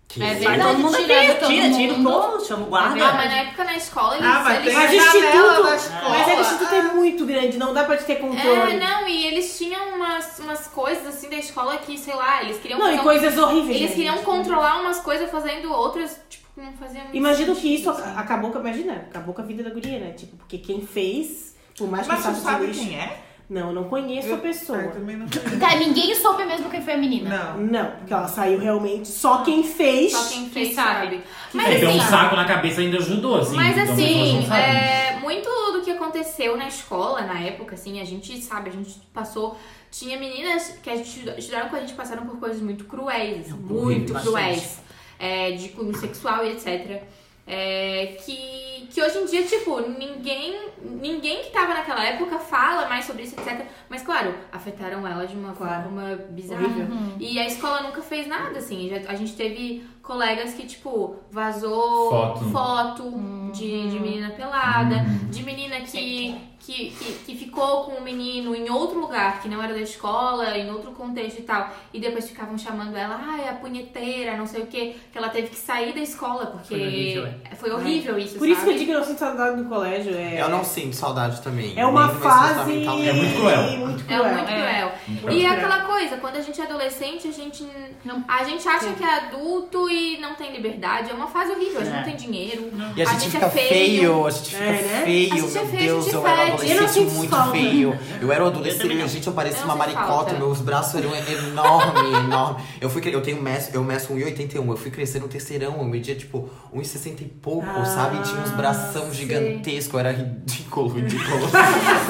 E: Que
A: É
F: Vai todo
A: Verdade,
F: mundo
A: tirando
F: aqui.
A: todo
F: Tira, tira o
A: mundo.
F: povo, chama o
D: né?
G: Ah, mas
F: guarda.
G: na época na escola eles.
B: Ah, mas
G: eles
B: tem
D: Mas
B: a janela
D: instituto,
B: da escola.
D: mas é que instituto é muito grande, não dá pra te ter controle.
G: É, não, e eles tinham umas, umas coisas assim da escola que, sei lá, eles queriam.
D: Não, e
G: fazer um-
D: coisas horríveis.
G: Eles
D: né,
G: queriam
D: gente?
G: controlar umas coisas fazendo outras, tipo, não fazia muito
D: Imagino que isso
G: sentido,
D: ac- acabou com, imagina, acabou com a vida da guria, né? Tipo, porque quem fez, por mais que
B: Mas
D: eu
B: você sabe
D: saiba de lixo.
B: quem é?
D: Não, eu não conheço a
B: Ah, eu
D: pessoa.
B: também não
A: Tá, ninguém soube mesmo quem foi a menina.
B: Não.
D: Não, porque ela saiu realmente. Só quem fez.
G: Só quem fez
A: Quem sabe?
G: sabe. Mas
C: É, deu um
G: assim,
C: saco na cabeça ainda ajudou, assim.
G: Mas
C: então, pessoas não
G: assim,
C: sabem.
G: é, muito do que aconteceu na escola, na época, assim, a gente sabe, a gente passou. Tinha meninas que a gente estuda- estudaram com a gente passaram por coisas muito cruéis, muito
F: bastante.
G: cruéis. é, de cunho sexual e etc. é, que, que hoje em dia, tipo, ninguém, ninguém que tava naquela época fala mais sobre isso, etc. Mas claro, afetaram ela de uma
D: Claro.
G: forma bizarra. Uhum.
D: Horrível.
G: E a escola nunca fez nada, assim. Já- a gente teve colegas que, tipo, vazou
C: Foto.
D: Hum.
C: Hum,
G: foto de, de menina pelada, de menina que, que, que, que ficou com o menino em outro lugar, que não era da escola, em outro contexto e tal, e depois ficavam chamando ela, ai, a punheteira, não sei o quê, que ela teve que sair da escola, porque é,
C: Foi horrível,
G: foi horrível isso,
D: É. Por isso que eu
G: sabe?
D: digo que eu não sinto saudade do colégio. É,
E: Eu não sinto saudade também.
D: é uma
E: Nem no
D: fase.
E: estado mental.
C: É muito cruel.
D: muito
G: É
D: cruel.
G: muito cruel.
C: Então,
G: E é
D: cruel.
G: aquela coisa, quando a gente é adolescente, a gente,
A: Não-
G: a gente acha
A: Sim.
G: que é adulto e não tem liberdade. É uma fase horrível, a gente
F: É.
G: não tem dinheiro. né?
E: E a gente, fica feio. a gente fica
D: É, né?
E: feio,
G: A gente é
E: meu
G: feio, a
E: Deus,
G: gente
E: eu era
G: fede.
E: adolescente
D: Eu não sinto
E: muito
D: falta.
E: feio. Eu era um
F: Eu também
E: adolescente,
F: não.
E: gente, eu parecia
G: Eu
E: uma
G: não sinto
E: maricota,
G: falta.
E: meus braços eram [laughs] enormes, enormes. Eu fui, cre- eu tenho meço, eu meço 1,81, eu fui crescer no terceirão, eu media tipo 1,60 e pouco,
D: Ah,
E: sabe? Tinha uns bração
A: sei.
E: gigantescos, eu era ridículo, ridículo.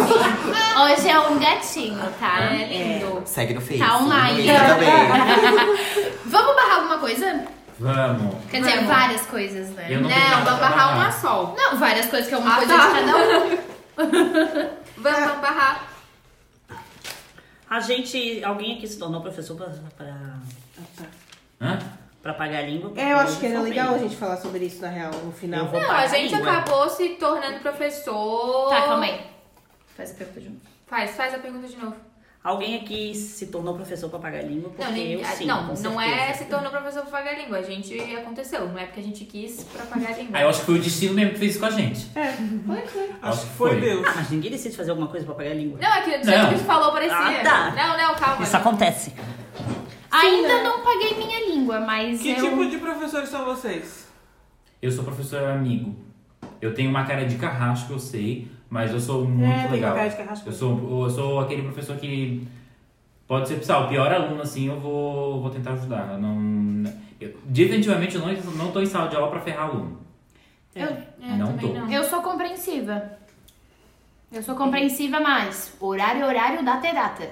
A: Hoje é um gatinho, tá?
G: É lindo.
E: Segue no Face.
A: Tá online.
E: no Insta também.
A: Vamos barrar alguma coisa?
C: Vamos.
A: Quer dizer,
G: Vamos.
A: várias coisas, né?
C: Eu não
G: Não,
C: tenho nada
G: vamos
C: pra
G: barrar uma
C: barrar.
G: sol.
A: Não, várias coisas, que é uma
G: Ah,
A: coisa
G: tá.
A: de cada um.
G: Vamos,
D: É.
G: vamos barrar.
F: A gente. Alguém aqui se tornou professor pra, pra,
C: Hã?
F: pra pagar a língua?
D: É, eu acho que
F: Porque
D: era
F: eu
D: legal a
F: formei.
D: gente falar sobre isso, na real, no final.
F: Eu vou
G: Não,
F: pagar
G: a gente
F: língua.
G: acabou se tornando professor.
A: Tá, calma aí. Faz a pergunta junto.
G: Faz, faz a pergunta de novo.
F: Alguém aqui se tornou professor pra pagar a língua? Porque
G: Não, nem-
F: eu
G: ah,
F: sim.
G: não,
F: com
G: não é
F: certeza.
G: se tornou professor pra pagar a língua. A gente aconteceu, não é porque a gente quis pra pagar a língua.
C: Aí Ah, eu acho que foi o destino mesmo que fez isso com a gente.
G: É,
B: Acho que foi Deus.
F: Ah, mas ninguém decide fazer alguma coisa pra pagar a língua.
G: Não, é que do jeito
C: Não.
G: que tu falou parecia.
F: Ah, tá.
G: Não, não, calma.
F: Isso acontece.
A: Ainda não paguei minha língua, mas
B: Que
A: eu...
B: tipo de professores são vocês?
C: Eu sou professor amigo. Eu tenho uma cara de carrasco, eu sei, mas eu sou muito
D: É, tem uma
C: legal.
D: cara de carrasco.
C: Eu sou, eu sou aquele professor que pode ser pessoal, o pior aluno, assim, eu vou, vou tentar ajudar. Eu não, eu, definitivamente eu não, não tô em sala de aula pra ferrar aluno.
A: Eu,
G: É,
C: Não
G: também
C: tô.
G: não.
A: eu sou compreensiva. Eu sou compreensiva, mas horário, horário, data é data.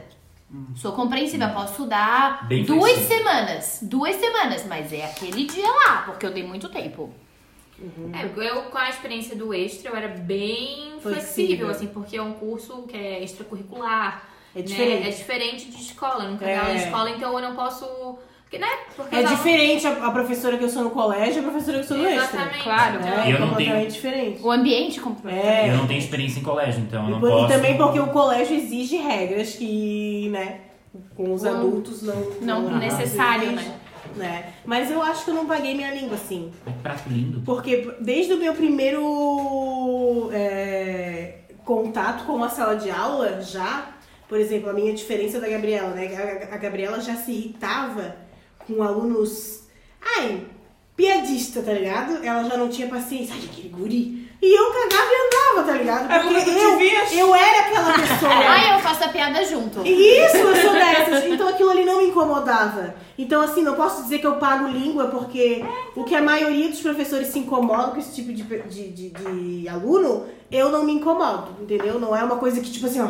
A: Sou compreensiva, posso dar
C: Bem
A: duas
C: flexível.
A: semanas. Duas semanas, mas é aquele dia lá, porque eu dei muito tempo.
G: É, eu, com a experiência do extra, eu era bem flexível,
D: Flexível.
G: assim, porque é um curso que é extracurricular.
D: É
G: né?
D: diferente.
G: É diferente de escola. Eu nunca dei
D: É.
G: aula de escola, então eu não posso. Porque, né? Porque
D: É
G: eu não-
D: diferente a, a professora que eu sou no colégio e a professora que eu sou no
G: Exatamente. Então,
D: extra.
A: claro.
D: É,
C: E eu não
D: completamente
C: tenho.
D: diferente.
A: O ambiente completo.
D: É.
C: Eu não tenho experiência em colégio, então eu
D: E,
C: não
D: por- e
C: posso.
D: também é porque o colégio exige regras que, né, com os
A: Não-
D: adultos não...
A: não necessário, né?
D: né? Mas eu acho que eu não paguei minha língua, assim.
C: É prato
B: Uhum.
C: lindo.
D: Porque desde o meu primeiro é, contato com a sala de aula, já, por exemplo, a minha diferença da Gabriela, né? A, a Gabriela já se irritava com alunos. Ai, piadista, tá ligado? Ela já não tinha paciência. Ai, aquele guri. E eu cagava e andava, tá ligado?
B: É porque tu te
D: eu,
B: vias.
D: eu
B: [laughs]
D: era aquela pessoa.
A: Aí eu faço a piada junto.
D: Isso, eu sou dessas. Então aquilo ali não me incomodava. Então, assim, não posso dizer que eu pago língua, porque o que a maioria dos professores se incomoda com esse tipo de, pe- de, de- de aluno, eu não me incomodo, entendeu? Não é uma coisa que, tipo assim, ó.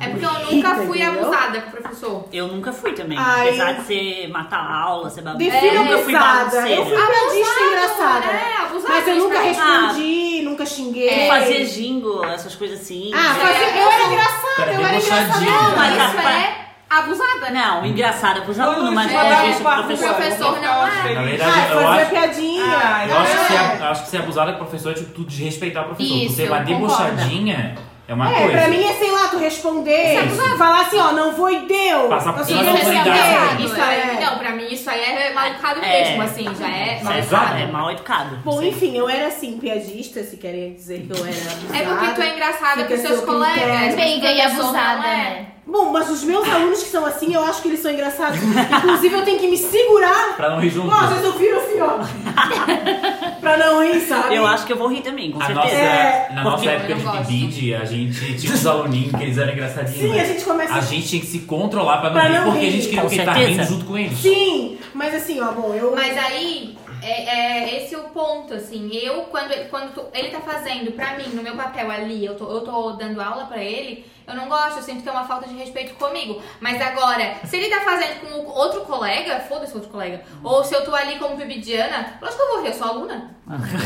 G: É porque eu
D: Irrita,
G: nunca fui
D: entendeu?
G: abusada com o professor.
F: Eu nunca fui também.
D: Ai.
F: Apesar de você matar a aula, ser bagunça.
D: Defina
F: É, eu nunca fui
D: abusada. Eu fui
F: bagunceira.
D: piadista engraçada.
G: É, abusada.
D: Mas eu
G: gente,
D: nunca
G: pra-
D: respondi, nunca xinguei.
F: Eu É. fazia jingo, essas coisas assim.
D: Ah,
F: É.
D: fazia- eu era engraçada, eu era
C: debochadinho.
D: engraçada.
F: Mas a-
G: Isso é abusada.
F: Não, engraçada pros alunos, mas
G: tiver
F: é gente
G: um papo
F: professor.
G: com professor, não é.
C: Na verdade,
D: Ah,
C: eu
D: fazia
C: acho.
D: piadinha.
B: Ah,
C: Eu acho que, ser,
D: é.
C: eu acho que ser abusada com o professor é tipo tu desrespeitar o professor.
A: Isso,
C: tu ser uma
A: eu concordo.
C: debochadinha é uma
D: É,
C: coisa.
D: pra mim é, sei lá, tu responder,
C: Isso.
D: falar assim, ó, não foi deu.
C: Passa
D: Eu
C: por
D: sou
C: cima
A: da autoridade.
D: Isso
G: Isso é.
D: é.
G: Não, pra mim isso aí é malucado
F: É.
G: mesmo, assim, já é
F: Isso é
G: malucado.
F: errado, é mal educado.
D: Bom,
F: Sim.
D: enfim, eu era assim, piadista, se querem dizer que eu era abusada.
G: É porque tu é engraçada
D: Fica
G: com seus
D: seu
G: colegas.
D: critério.
A: Meiga e
G: professor não
A: abusada,
G: é.
A: né?
D: Bom, mas os meus alunos que são assim, eu acho que eles são engraçados. Inclusive, eu tenho que me segurar.
C: Pra não rir
D: Pô,
C: junto.
D: às vezes eu viro assim, ó. [laughs] pra não rir, sabe?
F: Eu acho que eu vou rir também, com
C: A
F: certeza.
C: nossa,
D: É,
C: na nossa
G: eu
C: época
G: não
C: de
G: gosto.
C: bid, a gente tinha uns aluninhos que eles eram engraçadinhos.
D: Sim, a
C: mas
D: gente começa... assim.
C: a gente tinha que se controlar pra não,
D: Pra
C: rir,
D: não
C: porque
D: rir.
C: a gente queria
F: Com
C: estar
F: certeza.
C: rindo junto com eles.
D: Sim, mas assim, ó, bom, eu...
G: Mas aí, é, é, esse é o ponto, assim. Eu, quando, quando tu- ele tá fazendo pra mim, no meu papel ali, eu tô, eu tô dando aula pra ele, eu não gosto, eu sinto que é uma falta de respeito comigo. Mas agora, se ele tá fazendo com o outro colega, foda-se o outro colega. Ou se eu tô ali como bibidiana, lógico que eu vou rir, eu sou aluna.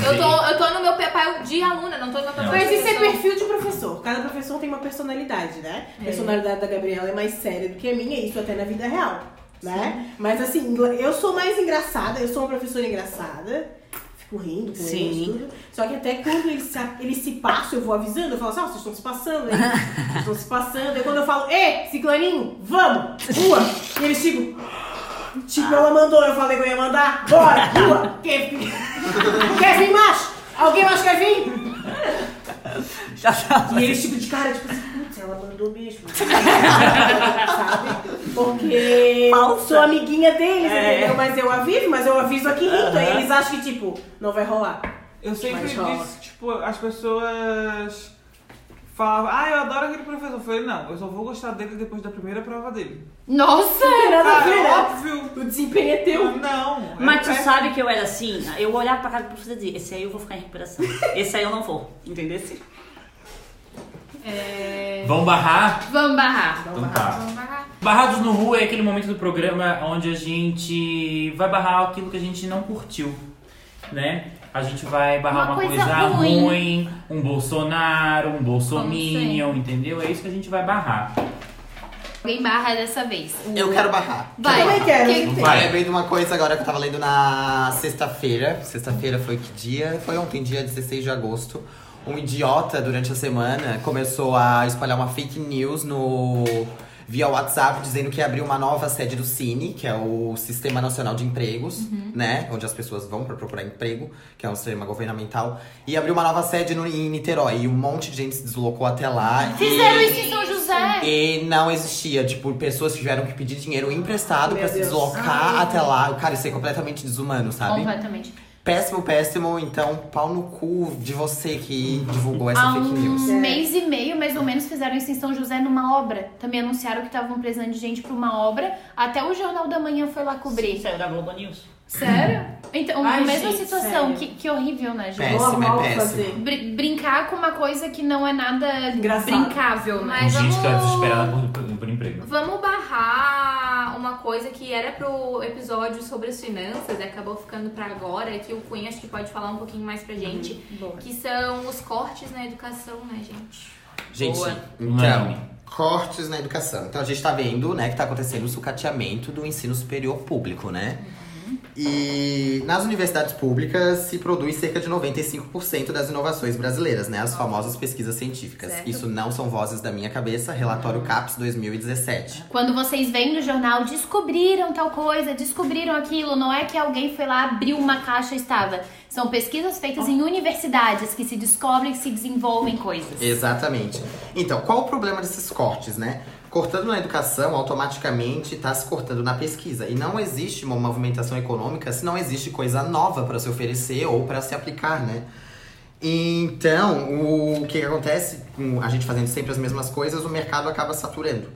G: eu, tô, eu tô no meu papel de aluna, não tô no meu papel
D: Mas
G: de
D: isso é
G: professora.
D: perfil de professor. Cada professor tem uma personalidade, né? A personalidade da Gabriela é mais séria do que a minha, isso até na vida real, né? Mas assim, eu sou mais engraçada, eu sou uma professora engraçada. Fico correndo com
F: Sim.
D: eles, tudo. Só que até quando eles se, eles se passam, eu vou avisando, eu falo assim, ó, vocês estão se
F: [laughs]
D: passando, hein? Vocês estão se passando. Aí quando eu falo, ê, ciclaninho, vamos, rua, e eles ficam. Tipo, ela mandou, eu falei que eu ia mandar, bora, rua, quer, quer vir mais? Alguém mais quer vir?
F: Já tava.
D: E eles tipo de cara, tipo assim, putz, ela mandou mesmo. Sabe? Porque
F: Falsa.
D: sou amiguinha deles,
F: É.
D: entendeu? Mas eu aviso, mas eu aviso aqui, então
F: Aham.
D: eles acham que, tipo, não vai rolar.
B: Eu sempre
D: Mas rola.
B: disse, tipo, as pessoas falavam, ah, eu adoro aquele professor. Eu falei, não, eu só vou gostar dele depois da primeira prova dele.
A: Nossa!
D: Não tem nada a
B: Cara,
D: ver,
B: é
D: né?
B: óbvio.
D: O desempenho é teu.
B: Não. é
F: Mas tu
B: péssimo.
F: sabe que eu era assim? Eu olhava pra casa do professor e dizia, esse aí eu vou ficar em recuperação. Esse aí eu não vou. Entendeu?
C: Vão barrar?
A: Vamos barrar.
C: Então tá.
G: Vamos lá.
C: Barrados no Ru é aquele momento do programa onde a gente vai barrar aquilo que a gente não curtiu, né? A gente vai barrar uma,
A: Uma coisa
C: ruim.
A: ruim.
C: um Bolsonaro, um Bolsominion, entendeu? É isso que a gente vai barrar.
A: Alguém barra dessa vez.
E: Eu quero barrar.
A: Vai.
D: Eu também quero.
A: Quem-
E: Eu
C: Vai.
E: lembrei de uma coisa agora que eu tava lendo na sexta-feira. Sexta-feira foi que dia? Foi ontem, dia 16 de agosto. Um idiota, durante a semana, começou a espalhar uma fake news no via WhatsApp, dizendo que abriu uma nova sede do Cine, que é o Sistema Nacional de Empregos, né? Onde as pessoas vão pra procurar emprego, que é um sistema governamental. E abriu uma nova sede no, em Niterói. E um monte de gente se deslocou até lá. e-
A: Fizeram isso em São José.
E: e não existia, tipo, pessoas que tiveram que pedir dinheiro emprestado
D: Meu
E: pra se
D: Deus.
E: deslocar até lá. Cara, isso é completamente desumano, sabe?
A: Completamente.
E: Péssimo, péssimo. Então, pau no cu de você que divulgou essa
A: Há
E: fake news.
A: um
D: É.
A: mês e meio, mais ou menos, fizeram isso em São José numa obra. Também anunciaram que estavam precisando de gente pra uma obra. Até o Jornal da Manhã foi lá cobrir.
F: Saiu é da Globo News.
A: Sério? Então,
D: Ai,
A: a mesma
D: gente,
A: situação.
D: sério.
A: Que, que horrível, né, gente?
E: Péssimo,
D: Vou mal
E: é péssimo.
D: fazer.
A: Br- brincar com uma coisa que não é nada
D: Engraçado.
A: brincável, né?
C: Tem
G: Mas
C: gente que tá
G: vamos-
C: desesperada por, por, por emprego.
G: Vamos barrar uma coisa que era pro episódio sobre as finanças e acabou ficando pra agora, que o Cunha acho que pode falar um pouquinho mais
D: Uhum,
G: pra gente,
A: Boa.
G: que são os cortes na educação, né, gente?
E: Gente,
G: Boa.
E: então,
C: Unânime.
E: cortes na educação. Então a gente tá vendo, né, que tá acontecendo o sucateamento do ensino superior público, né?
G: Uhum.
E: E nas universidades públicas se produz cerca de 95% das inovações brasileiras, né? As famosas pesquisas científicas.
G: Certo. Uhum.
E: Isso não são vozes da minha cabeça, relatório CAPES 2017.
A: Quando vocês veem no jornal, descobriram tal coisa, descobriram aquilo, não é que alguém foi lá, abriu uma caixa e estava. São pesquisas feitas em universidades que se descobrem, que se desenvolvem coisas.
E: Exatamente. Então, qual o problema desses cortes, né? Cortando na educação, automaticamente está se cortando na pesquisa. E não existe uma movimentação econômica se não existe coisa nova para se oferecer ou para se aplicar, né? Então, o que, que acontece? Com A gente fazendo sempre as mesmas coisas, o mercado acaba saturando.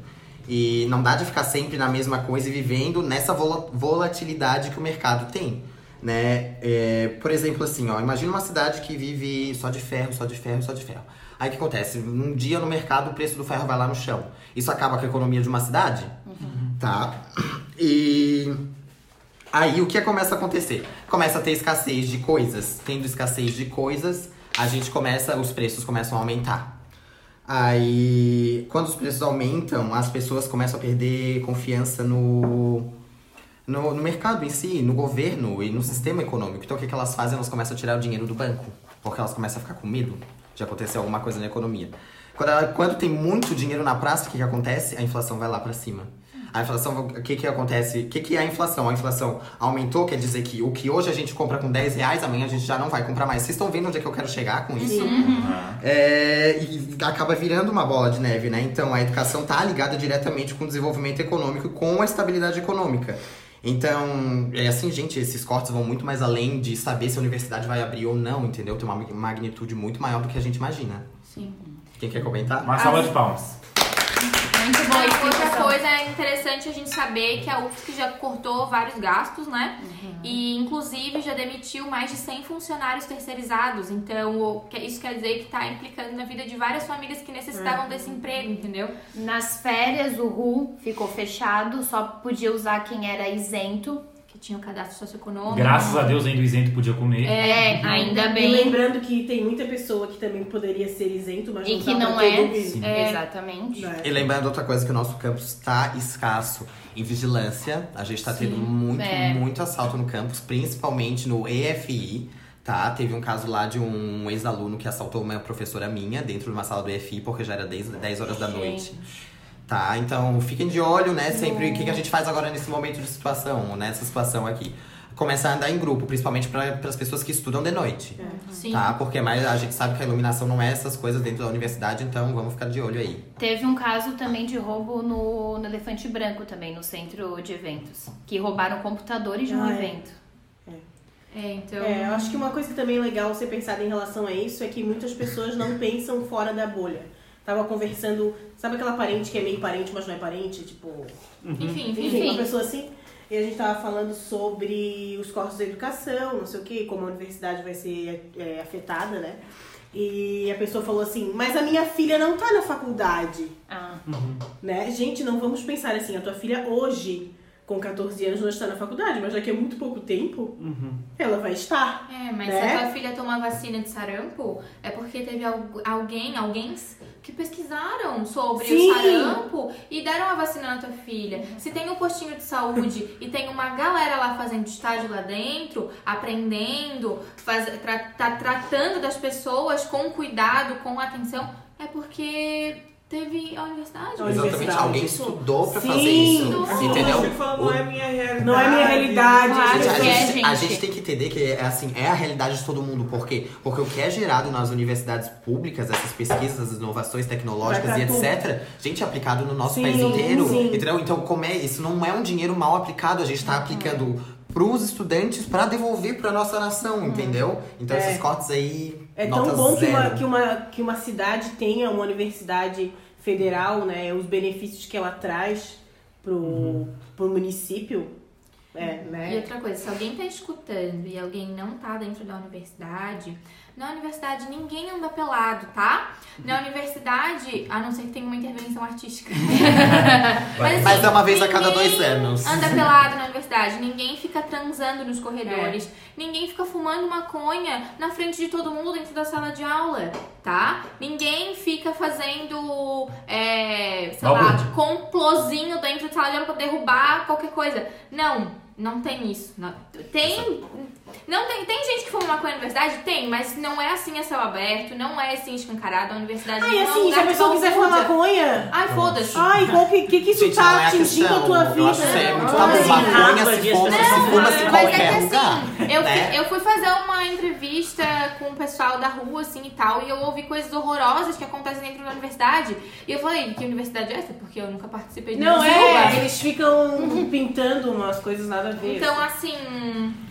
E: E não dá de ficar sempre na mesma coisa e vivendo nessa vola- volatilidade que o mercado tem. Né? É, por exemplo, assim, ó, imagina uma cidade que vive só de ferro, só de ferro, só de ferro. Aí o que acontece? Um dia no mercado o preço do ferro vai lá no chão. Isso acaba com a economia de uma cidade? Tá? E Aí o que começa a acontecer? Começa a ter escassez de coisas. Tendo escassez de coisas, a gente começa, os preços começam a aumentar. Aí, quando os preços aumentam, as pessoas começam a perder confiança no, no, no mercado em si, no governo e no sistema econômico. Então, o que, que elas fazem? Elas começam a tirar o dinheiro do banco, porque elas começam a ficar com medo de acontecer alguma coisa na economia. Quando, ela- quando tem muito dinheiro na praça, o que, que acontece? A inflação vai lá pra cima. A inflação, o que, que acontece? O que, que é a inflação? A inflação aumentou, quer dizer que o que hoje a gente compra com 10 reais, amanhã a gente já não vai comprar mais. Vocês estão vendo onde é que eu quero chegar com isso? É, e acaba virando uma bola de neve, né? Então a educação tá ligada diretamente com o desenvolvimento econômico, e com a estabilidade econômica. Então, é assim, gente, esses cortes vão muito mais além de saber se a universidade vai abrir ou não, entendeu? Tem uma magnitude muito maior do que a gente imagina.
A: Sim.
E: Quem quer comentar?
C: Uma salva de palmas.
A: Muito boa
G: Ah, outra
A: explicação.
G: coisa é interessante a gente saber que a UFSC já cortou vários gastos, né?
D: Uhum.
G: E inclusive já demitiu mais de 100 funcionários terceirizados. Então, o que- isso quer dizer que tá implicando na vida de várias famílias que necessitavam
D: Uhum.
G: desse emprego, entendeu?
A: Nas férias, o RU ficou fechado, só podia usar quem era isento.
G: Que tinha o cadastro socioeconômico.
C: Graças a Deus, ainda o isento podia comer.
A: É, ainda
D: E lembrando que tem muita pessoa que também poderia ser isento, mas
A: E
D: não
A: que
D: dá pra um
A: não
D: todo
A: é.
D: mundo.
C: Sim.
A: É, Exatamente.
D: Não é.
E: E lembrando outra coisa que o nosso campus tá escasso em vigilância. A gente tá tendo muito,
A: é.
E: muito assalto no campus, principalmente no EFI. Tá, teve um caso lá de um ex-aluno que assaltou uma professora minha dentro de uma sala do EFI, porque já era 10, 10 horas da noite. Tá, então fiquem de olho, né? Sempre o que, que a gente faz agora nesse momento de situação, nessa situação aqui. Começar a andar em grupo, principalmente para as pessoas que estudam de noite.
A: Sim.
E: Tá? Porque mais a gente sabe que a iluminação não é essas coisas dentro da universidade, então vamos ficar de olho aí.
A: Teve um caso também de roubo no, no Elefante Branco também, no centro de eventos. Que roubaram computadores de um
D: Ah, é.
A: evento.
G: É, então.
D: É, eu acho que uma coisa também legal ser pensada em relação a isso é que muitas pessoas não pensam fora da bolha. Tava conversando, sabe aquela parente que é meio parente, mas não é parente? Tipo,
G: Enfim, enfim.
D: enfim, uma pessoa assim. E a gente tava falando sobre os cortes da educação, não sei o que, como a universidade vai ser é, afetada, né? E a pessoa falou assim, mas a minha filha não tá na faculdade,
A: Ah,
D: né? Gente, não vamos pensar assim, a tua filha hoje, com 14 anos, não está na faculdade, mas daqui a muito pouco tempo,
E: Uhum.
D: ela vai estar.
G: É, mas
D: Né?
G: se a tua filha tomar vacina de sarampo, é porque teve algu- alguém, alguém que pesquisaram sobre
D: Sim.
G: o sarampo e deram a vacina na tua filha. Se tem um postinho
D: [laughs]
G: de saúde e tem uma galera lá fazendo estágio lá dentro, aprendendo, faz, tra- tá tratando das pessoas com cuidado, com atenção, é porque teve a universidade.
D: Olha,
E: Exatamente,
D: Universidade.
E: alguém estudou pra fazer
D: Sim.
E: isso.
G: Nossa.
E: Entendeu?
B: Você falou, não é minha realidade.
D: Não é minha realidade.
A: Claro
E: Gente, Ah, a,
A: que é,
E: gente, a
A: gente.
E: gente tem que entender que é assim, é a realidade de todo mundo. Por quê? Porque o que é gerado nas universidades públicas, essas pesquisas, essas inovações tecnológicas
D: Vai
E: e
D: pra
E: etc., gente, é aplicado no nosso
D: Sim,
E: país inteiro.
D: sim. Uhum.
E: Entendeu? Então, como é isso? Não é um dinheiro mal aplicado, a gente tá aplicando pros estudantes pra devolver pra nossa nação, entendeu? Então
D: Uhum. É.
E: esses cortes aí.
D: É tão
E: nota
D: bom que
E: zero.
D: uma, que, uma, que uma cidade tenha uma universidade federal, né? Os benefícios que ela traz pro,
E: Uhum.
D: pro município. É,
G: E
D: né?
G: outra coisa, se alguém tá escutando e alguém não tá dentro da universidade, na universidade ninguém anda pelado, tá? Na universidade, a não ser que tenha uma intervenção artística. assim,
E: Mas é uma vez a cada dois
G: ninguém
E: anos.
G: Anda pelado na universidade, ninguém fica transando nos corredores,
D: É.
G: ninguém fica fumando maconha na frente de todo mundo dentro da sala de aula, tá? Ninguém fica fazendo, é, sei
C: Balbúrdia.
G: lá, complozinho dentro da sala de aula pra derrubar qualquer coisa. Não, não tem isso. Não- tem. Não tem, tem gente que fuma maconha na universidade? Tem, mas não é assim a céu aberto, não é assim escancarado. A universidade
D: Ah,
G: não
D: e
G: é um
D: assim, se
G: lugar
D: a
G: de
D: pessoa quiser fumar
G: balbúrdia.
D: maconha.
G: Ai, foda-se.
D: Ai, qual que, que, que isso
E: Gente, não é
D: tá
E: a
D: atingindo
E: questão.
D: a tua
E: Eu
D: vida? tá
E: acho que é muito
D: Ai,
E: tabu. Maconha
F: Não,
E: se compra,
F: mas
E: se fuma-se em
G: Mas é que
E: qualquer
G: assim,
E: lugar.
G: eu,
E: né?
G: fui, eu fui fazer uma entrevista com o pessoal da rua, assim, e tal, e eu ouvi coisas horrorosas que acontecem dentro da universidade. E eu falei, que universidade é essa? Porque eu nunca participei de
D: Não,
G: nenhuma.
D: é, eles ficam pintando umas coisas nada a ver.
G: Então, assim,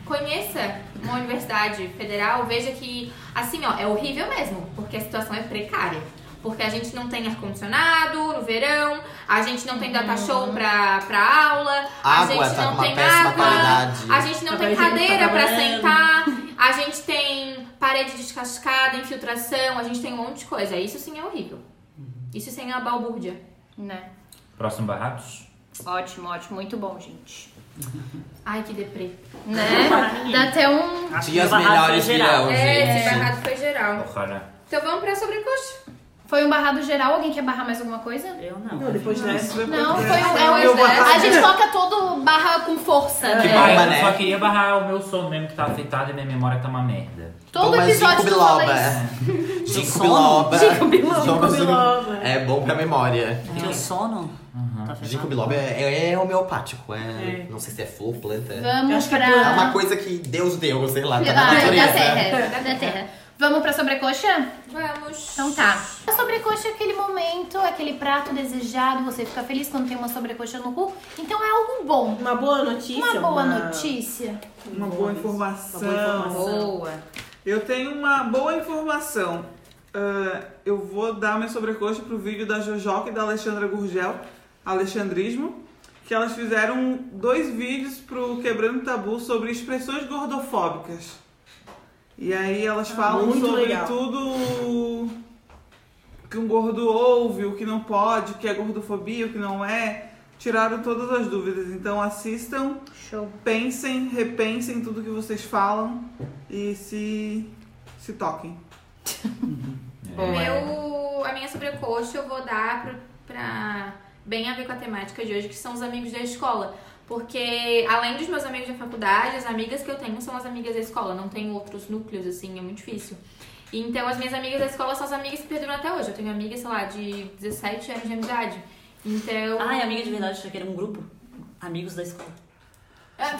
G: conheça uma universidade federal, veja que, assim, ó, é horrível mesmo, porque a situação é precária. Porque a gente não tem ar-condicionado no verão, a gente não tem data show pra, pra aula, a
E: Água
G: gente
E: tá
G: não
E: com uma
G: tem
E: péssima
G: água,
E: qualidade.
G: a gente não
D: Papel
G: tem
D: higiênico
G: cadeira
D: tá
G: pra
D: acabando.
G: sentar, a gente tem parede descascada, infiltração, a gente tem um monte de coisa. Isso sim é horrível. Isso sim é uma balbúrdia.
A: né?
C: Próximo Barrados?
A: Ótimo, ótimo. Muito bom, gente.
G: Ai, que deprê.
A: Né? Dá até um...
F: Acho que
E: Dias
F: barraco em
E: melhores
F: geral.
E: virão,
G: É, esse
E: gente.
G: barrado foi geral.
C: Ora,
G: Então vamos pra sobrecoxa.
A: Foi um barrado geral. Alguém quer barrar mais alguma coisa?
F: Eu não.
D: Não, depois né? dessa.
A: Não, foi um... é um-
G: Eu vou
A: a gente toca todo barra com força,
C: que
A: né?
E: barra,
C: barra,
E: né?
C: eu só queria barrar o meu sono mesmo que tá afetado e minha memória tá uma merda.
A: Todo
E: Toma
A: episódio
E: ginkgo
A: tu fala
E: biloba.
A: isso.
E: Ginkgo
F: Sono?
E: biloba.
F: Ginkgo biloba.
E: Toma
D: Ginkgo biloba.
E: É bom pra memória.
F: Teu um sono? Tá
E: Ginkgo
F: ferrado.
E: biloba é, é homeopático. É,
D: É.
E: Não sei se é flor, planta.
A: Vamos
D: Acho que é
A: pra...
E: É uma coisa que Deus deu, sei lá, tá na
A: Ah, da
E: natureza.
A: terra, da terra. Vamos pra sobrecoxa?
G: Vamos.
A: Então tá. A sobrecoxa é aquele momento, aquele prato desejado, você fica feliz quando tem uma sobrecoxa no cu. Então é algo bom.
D: Uma boa notícia.
A: Uma boa notícia.
B: Uma boa informação.
D: Uma boa informação.
A: Boa.
B: Eu tenho uma boa informação. Ah, eu vou dar minha sobrecoxa pro vídeo da Jojoca e da Alexandra Gurgel, Alexandrismo, que elas fizeram dois vídeos pro Quebrando Tabu sobre expressões gordofóbicas. E aí elas falam
D: Ah, muito
B: sobre
D: legal.
B: tudo que um gordo ouve, o que não pode, o que é gordofobia, o que não é. Tiraram todas as dúvidas. Então assistam
A: Show.
B: pensem, repensem tudo que vocês falam e se, se toquem.
G: Meu, a minha sobrecoxa eu vou dar pro, pra. Bem a ver com a temática de hoje, que são os amigos da escola. Porque, além dos meus amigos da faculdade, as amigas que eu tenho são as amigas da escola. Não tenho outros núcleos, assim, é muito difícil. Então, as minhas amigas da escola são as amigas que perduram até hoje. Eu tenho amigas, sei lá, de 17 anos de amizade. Então...
F: Ai, amiga de verdade, achei que era um grupo. Amigos da escola.
G: Ah,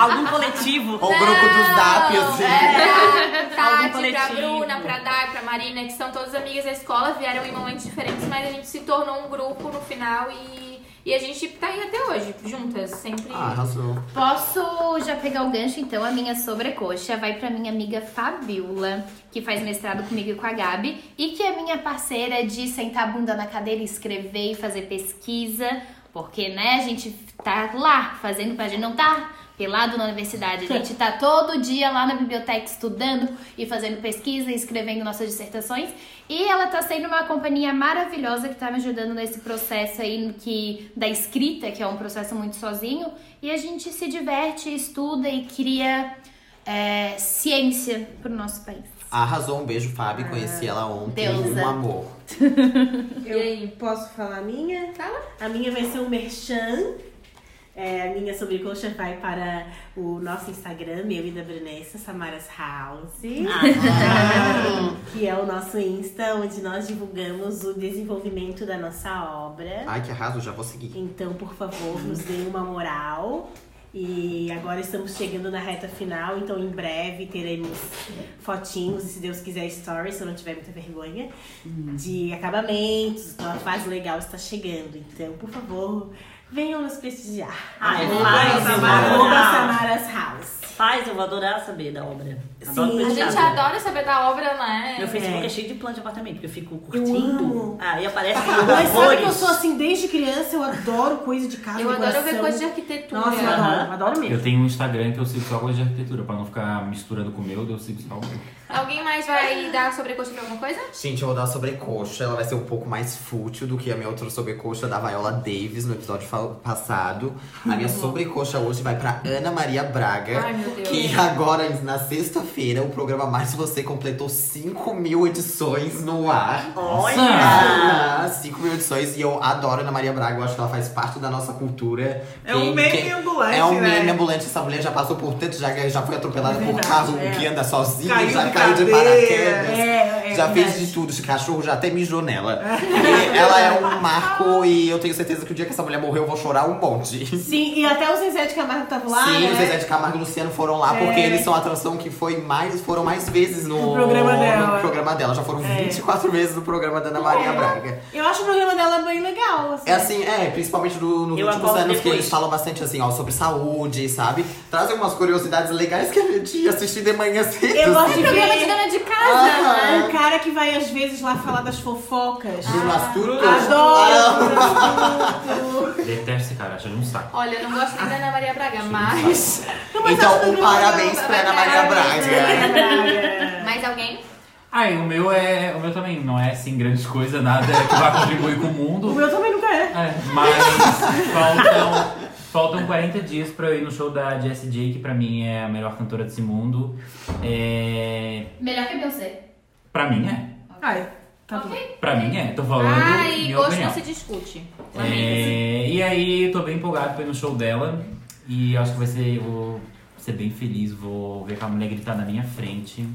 F: Algum coletivo.
E: Ou o grupo dos DAP, assim.
G: É, pra
F: Algum
G: Tati, pra
F: coletivo.
G: Bruna, pra Dai, pra Marina, que são todas amigas da escola, vieram em momentos diferentes, mas a gente se tornou um grupo no final e, e a gente tá aí até hoje, juntas, sempre.
E: Ah, arrasou.
A: Posso já pegar o gancho, então? A minha sobrecoxa vai pra minha amiga Fabiola, que faz mestrado comigo e com a Gabi, e que é minha parceira de sentar a bunda na cadeira, e escrever e fazer pesquisa, porque, né, a gente tá lá fazendo, a gente não tá pelado na universidade, a gente tá todo dia lá na biblioteca estudando e fazendo pesquisa, e escrevendo nossas dissertações, e ela tá sendo uma companhia maravilhosa que tá me ajudando nesse processo aí no que, da escrita, que é um processo muito sozinho. E a gente se diverte, estuda e cria é, ciência pro nosso país.
E: Arrasou, um beijo, Fábio. Conheci ela ontem.
A: Deusa.
E: Um amor.
G: [laughs] E aí?
D: Eu posso falar a minha? Fala. A minha vai ser o Merchan. É, a minha sobrecoxa vai para o nosso Instagram, meu e da Brunessa, Samaras House.
G: Ah,
D: [laughs] que é o nosso Insta, onde nós divulgamos o desenvolvimento da nossa obra.
E: Ai, que arraso, já vou seguir.
D: Então, por favor, nos deem uma moral. E agora estamos chegando na reta final, então em breve teremos fotinhos, e se Deus quiser, stories, se eu não tiver muita vergonha, de acabamentos. Então a fase legal está chegando. Então, por favor, venham nos prestigiar.
F: Ai,
D: Arroba
F: faz, eu vou
D: Arroba
F: adorar.
D: Samaras House.
F: Faz, eu vou adorar saber da obra. Adoro
D: Sim.
G: A
F: coisa de
G: gente
F: casa.
G: adora saber da obra, né?
F: Meu Facebook
D: É.
F: é cheio de plano de apartamento, porque eu fico
D: Eu
F: curtindo.
D: amo.
F: Ah, e aparece
D: Mas sabe que eu
F: horrores.
D: sou assim desde criança, eu adoro coisa de casa.
G: Eu adoro ver
D: decoração.
G: coisa de arquitetura.
D: Nossa, eu adoro, adoro mesmo.
C: Eu tenho um Instagram que eu sigo só coisa de arquitetura, pra não ficar misturando com o meu, eu sigo só o meu.
G: Alguém mais vai dar sobrecoxa pra alguma coisa?
E: Gente, eu vou dar sobrecoxa. Ela vai ser um pouco mais fútil do que a minha outra sobrecoxa da Viola Davis no episódio fa- passado. A minha sobrecoxa hoje vai pra Ana Maria Braga.
G: Ai, meu Deus.
E: É. Que agora, na sexta-feira, o programa Mais Você completou 5 mil edições no ar.
F: Olha!
E: 5 mil edições. E eu adoro Ana Maria Braga. Eu acho que ela faz parte da nossa cultura.
B: É um meme ambulante,
E: É um meme
B: né?
E: ambulante. Essa mulher já passou por tanto, já, já foi atropelada por
D: Verdade,
E: carro,
D: é.
E: que anda sozinha,
B: Caiu
E: já
B: de
E: caiu de
B: cadeira.
E: paraquedas.
D: É, é
E: já fez
D: verdade.
E: de tudo, esse cachorro já até mijou nela. E ela é um marco e eu tenho certeza que o dia que essa mulher morrer eu vou chorar um monte.
D: Sim, e até o Zezé de Camargo tava lá,
E: Sim,
D: né?
E: o Zezé de Camargo e o Luciano foram lá porque
D: É.
E: eles são a atração que foi mais, foram mais vezes no,
D: No programa dela. É.
E: no programa dela. Já foram 24 vezes no programa da Ana Maria Braga.
D: Eu acho o programa dela bem legal, assim.
E: É assim, é, principalmente no, nos
F: Eu
E: últimos
F: acordo
E: anos que
F: depois.
E: eles falam bastante assim, ó, sobre saúde, sabe? Traz algumas curiosidades legais que a gente assistir de manhã cedo. [laughs]
D: Eu gosto de
G: Programa
D: ver
G: de dona de casa.
E: Aham.
D: o cara que vai às vezes lá falar das fofocas.
E: Do Masturo.
D: Ah,
E: Ah,
D: Adoro!
C: Ah. Detesto esse cara, acho ele um saco.
G: Olha, eu não gosto nem da Ana Maria Braga, mas.
E: Então, um parabéns pra Ana Maria
G: Parabéns,
E: Braga.
G: Mais alguém?
C: Ah, e o meu é. O meu também não é assim grande coisa, nada que vai contribuir com o
D: O
C: mundo.
D: meu também nunca é.
C: É, mas faltam, faltam 40 dias pra eu ir no show da Jessie J, que pra mim é a melhor cantora desse mundo. É,
A: Melhor que Beyoncé.
C: pra mim é.
D: Ai, tá bom.
C: Pra mim é, tô falando.
G: Ai,
C: minha
G: hoje
C: opinião.
G: não se discute. Amigos.
C: É, e aí, tô bem empolgado pra ir no show dela. E acho que vai ser. eu Vou ser bem feliz, vou ver aquela mulher gritar na minha frente.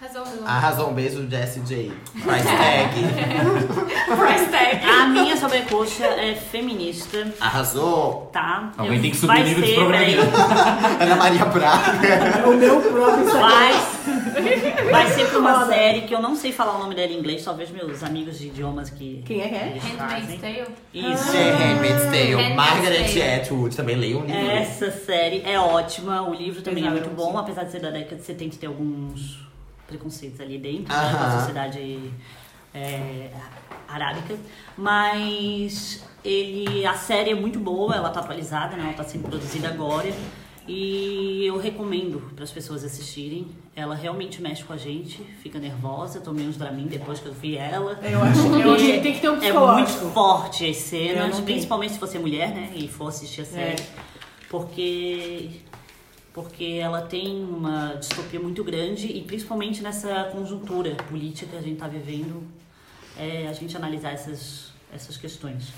G: Razão, razão.
E: Arrasou, um beijo, Jessie J. Price tag.
G: Price tag.
F: A minha sobrecoxa é feminista,
E: Arrasou,
F: tá?
C: Alguém
F: Eu-
C: tem que subir
F: vai
C: o nível de
F: ser,
C: programinha.
F: peraí,
E: Ana Maria Braga.
D: É O meu próprio [laughs]
F: Vai, vai ser pra uma série que eu não sei falar o nome dela em inglês, talvez meus amigos de idiomas que.
D: Quem é que é?
F: eles
G: Handmaid's
F: fazem.
G: Tale. Ah.
F: Isso.
E: Sim, Handmaid's Tale.
G: Handmaid's Tale.
E: Margaret Atwood, também leio um livro.
F: Essa série é ótima, o livro também é
D: Exato,
F: muito bom,
D: sim.
F: apesar de ser da década de 70 e ter alguns preconceitos ali dentro né,
E: Aham.
F: da sociedade é, arábica. Mas ele, a série é muito boa, ela tá atualizada, né? Ela tá sendo produzida agora. E eu recomendo para as pessoas assistirem. Ela realmente mexe com a gente, fica nervosa. Eu tomei uns Dramin depois que eu vi ela.
D: Eu acho que eu acho que tem que ter um
F: É muito
D: psicológico.
F: forte as
D: Eu
F: cenas,
D: não vi.
F: principalmente se você é mulher, né? E for assistir a série.
D: É.
F: Porque. Porque ela tem uma distopia muito grande e principalmente nessa conjuntura tá política que a gente está vivendo, é, a gente analisar essas, essas questões.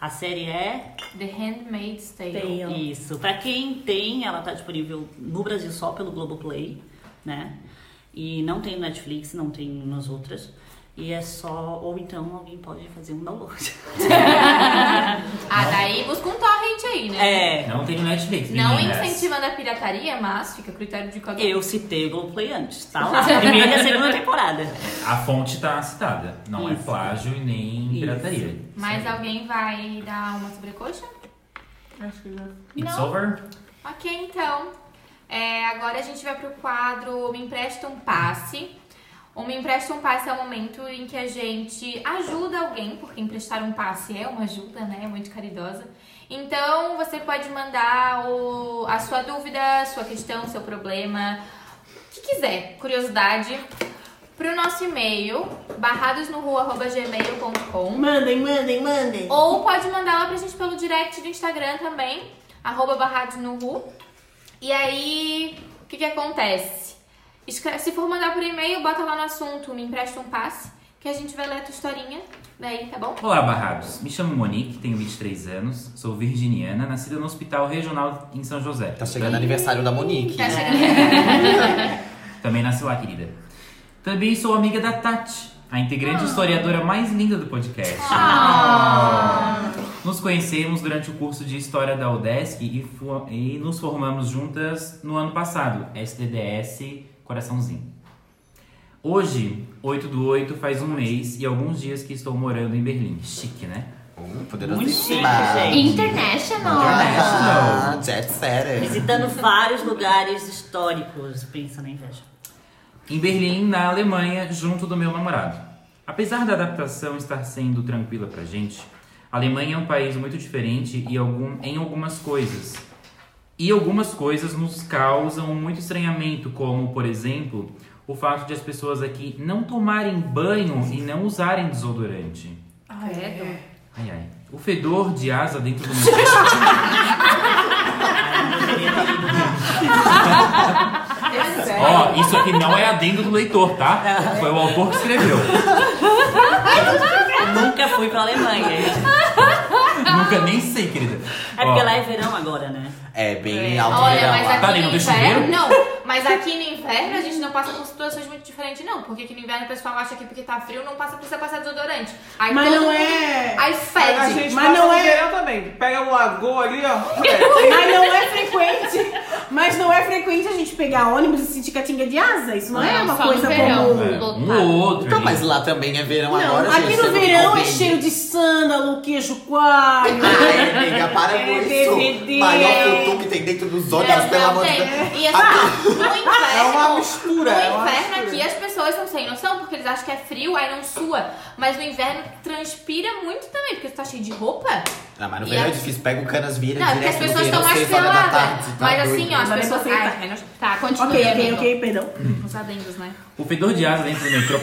F: A série é
G: The Handmaid's Tale.
D: Tem, ó.
F: Isso. Pra quem tem, ela tá disponível no Brasil só pelo Globoplay, né? E não tem no Netflix, não tem nas outras. E é só. Ou então alguém pode fazer um download.
G: Ah, daí busca um torrent aí, né?
F: É.
C: Não tem no Netflix. né?
G: Não
C: meninas.
G: incentivando a pirataria, mas fica a critério de cada um.
F: Eu citei o Globoplay antes, tá? Lá, a primeira e a segunda temporada.
C: A fonte tá citada. Não é
F: Isso.
C: plágio e nem
F: Isso.
C: pirataria.
G: Mas alguém vai dar uma sobrecoxa?
B: Acho que já.
C: It's
G: Não.
C: over?
G: Ok, então. É, agora a gente vai pro quadro Me Empresta um Passe. O Me Empresta um Passe é o momento em que a gente ajuda alguém, porque emprestar um passe é uma ajuda, né? É muito caridosa. Então, você pode mandar o- a sua dúvida, sua questão, seu problema, o que quiser, curiosidade, pro nosso e-mail, barradosnorua.gmail.com.
D: Mandem, mandem, mandem.
G: Ou pode mandar lá pra gente pelo direct do Instagram também, arroba barrados no Ru. E aí, o que que acontece? Escre- Se for mandar por e-mail, bota lá no assunto, me empresta um passe, que a gente vai ler a tua historinha daí, tá bom?
C: Olá, Barrados. Me chamo Monique, tenho 23 anos, sou virginiana, nascida no Hospital Regional em São José.
E: Tá chegando aniversário da Monique.
G: Tá chegando.
C: Também nasci lá, querida. Também sou amiga da Tati, a integrante historiadora mais linda do podcast. Ah. Nos conhecemos durante o curso de História da UDESC e, fo- e nos formamos juntas no ano passado, SDDS Coraçãozinho. Hoje, 8 do 8, faz um mês e alguns dias que estou morando em Berlim. Chique, né?
E: Hum,
F: Muito chique,
E: poderosíssima.
F: gente.
A: International.
E: Ah, Jet setter.
F: Visitando vários lugares históricos. Pensa na inveja.
C: em Berlim, na Alemanha, junto do meu namorado. Apesar da adaptação estar sendo tranquila pra gente, a Alemanha é um país muito diferente e algum- em algumas coisas. E algumas coisas nos causam muito estranhamento, como, por exemplo, o fato de as pessoas aqui não tomarem banho e não usarem desodorante.
G: Credo.
C: Ai, ai. O fedor de asa dentro do
F: [laughs]
C: meu...
G: É sério.
C: Ó, isso aqui não é adendo do leitor, tá?
F: É.
C: Foi o autor que escreveu.
F: Eu nunca fui pra Alemanha. gente.
C: Nunca nem sei, querida.
F: É
C: Ó.
F: porque lá é verão agora, né?
E: É bem alto
G: Olha,
E: verão
G: mas
E: lá.
C: Tá
G: aqui
C: ali, não
G: no
C: tem
G: inverno.
C: chuveiro?
G: Não, mas aqui no inverno a gente não passa por situações muito diferentes, não. Porque aqui no inverno o pessoal acha que porque tá frio não passa precisa passar desodorante. Aí
D: Mas
G: todo
D: não
G: mundo-
D: é-
G: Aí fede.
B: A gente
D: Mas
B: passa
D: não
B: no
D: é-
B: verão também. Pega o lagoa ali, ó.
D: Mas não é frequente. Mas não é frequente a gente pegar ônibus e sentir catinga de asa. Isso não, é uma
A: só no
D: coisa
A: verão.
D: comum.
C: É, um ou outro.
E: Então,
C: ali.
E: mas lá também é verão
D: Não,
E: agora,
D: aqui
E: gente.
D: no
E: você não
D: verão é
E: compreende.
D: cheio de sândalo, queijo coalho. [laughs]
E: Ai, amiga, para
D: É
G: [laughs]
E: com
D: DVD.
E: isso. Maior futuro que tem dentro dos olhos,
G: Não,
E: pelo
G: não
E: amor de
G: tem.
E: Deus.
G: E assim, no inverno.
B: É uma mistura.
G: No
B: é uma
G: inverno
B: mistura.
G: aqui as pessoas são sem noção, porque eles acham que é frio, aí não sua. Mas no inverno transpira muito também, porque tu tá cheio de roupa.
E: Ah, mas no
G: E
E: verão é
G: aqui-
E: difícil. Pega o canas vira
G: Não, é porque
E: direto
G: as
E: no
G: pessoas estão
E: verão,
G: mais
E: seis horas da tarde,
G: peladas.
E: tá
G: Mas
E: doido.
G: assim, ó, as
D: Mas nem
G: pessoas.
D: você tá.
G: Ai, menos- Tá, continua.
D: ok, ok,
G: amigo.
D: ok, perdão.
G: Os adendos, né?
C: O fedor de asa dentro do metrô.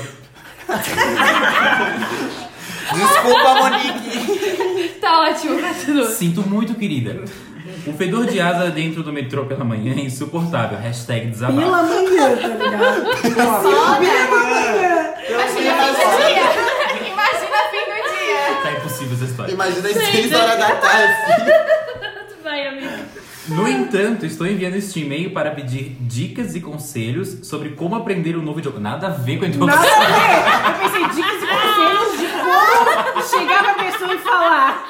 E: Desculpa, Monique.
A: Tá ótimo,
C: [laughs]
A: continua.
C: Sinto muito, querida. O fedor de asa dentro do metrô pela manhã é insuportável. Hashtag desabafo.
D: Pela manhã, tá ligado? [laughs] Pela manhã.
G: Imagina
E: tá
G: fim do dia. Imagina fim do dia.
C: Tá impossível essa história.
E: Imagina às seis horas da tarde.
A: Vai, amigo.
C: No entanto, estou enviando este e-mail para pedir dicas e conselhos sobre como aprender um novo idioma. Nada a ver com a
D: Nada
C: introdução.
D: a ver. Eu pensei dicas e conselhos de como chegar pra pessoa e falar.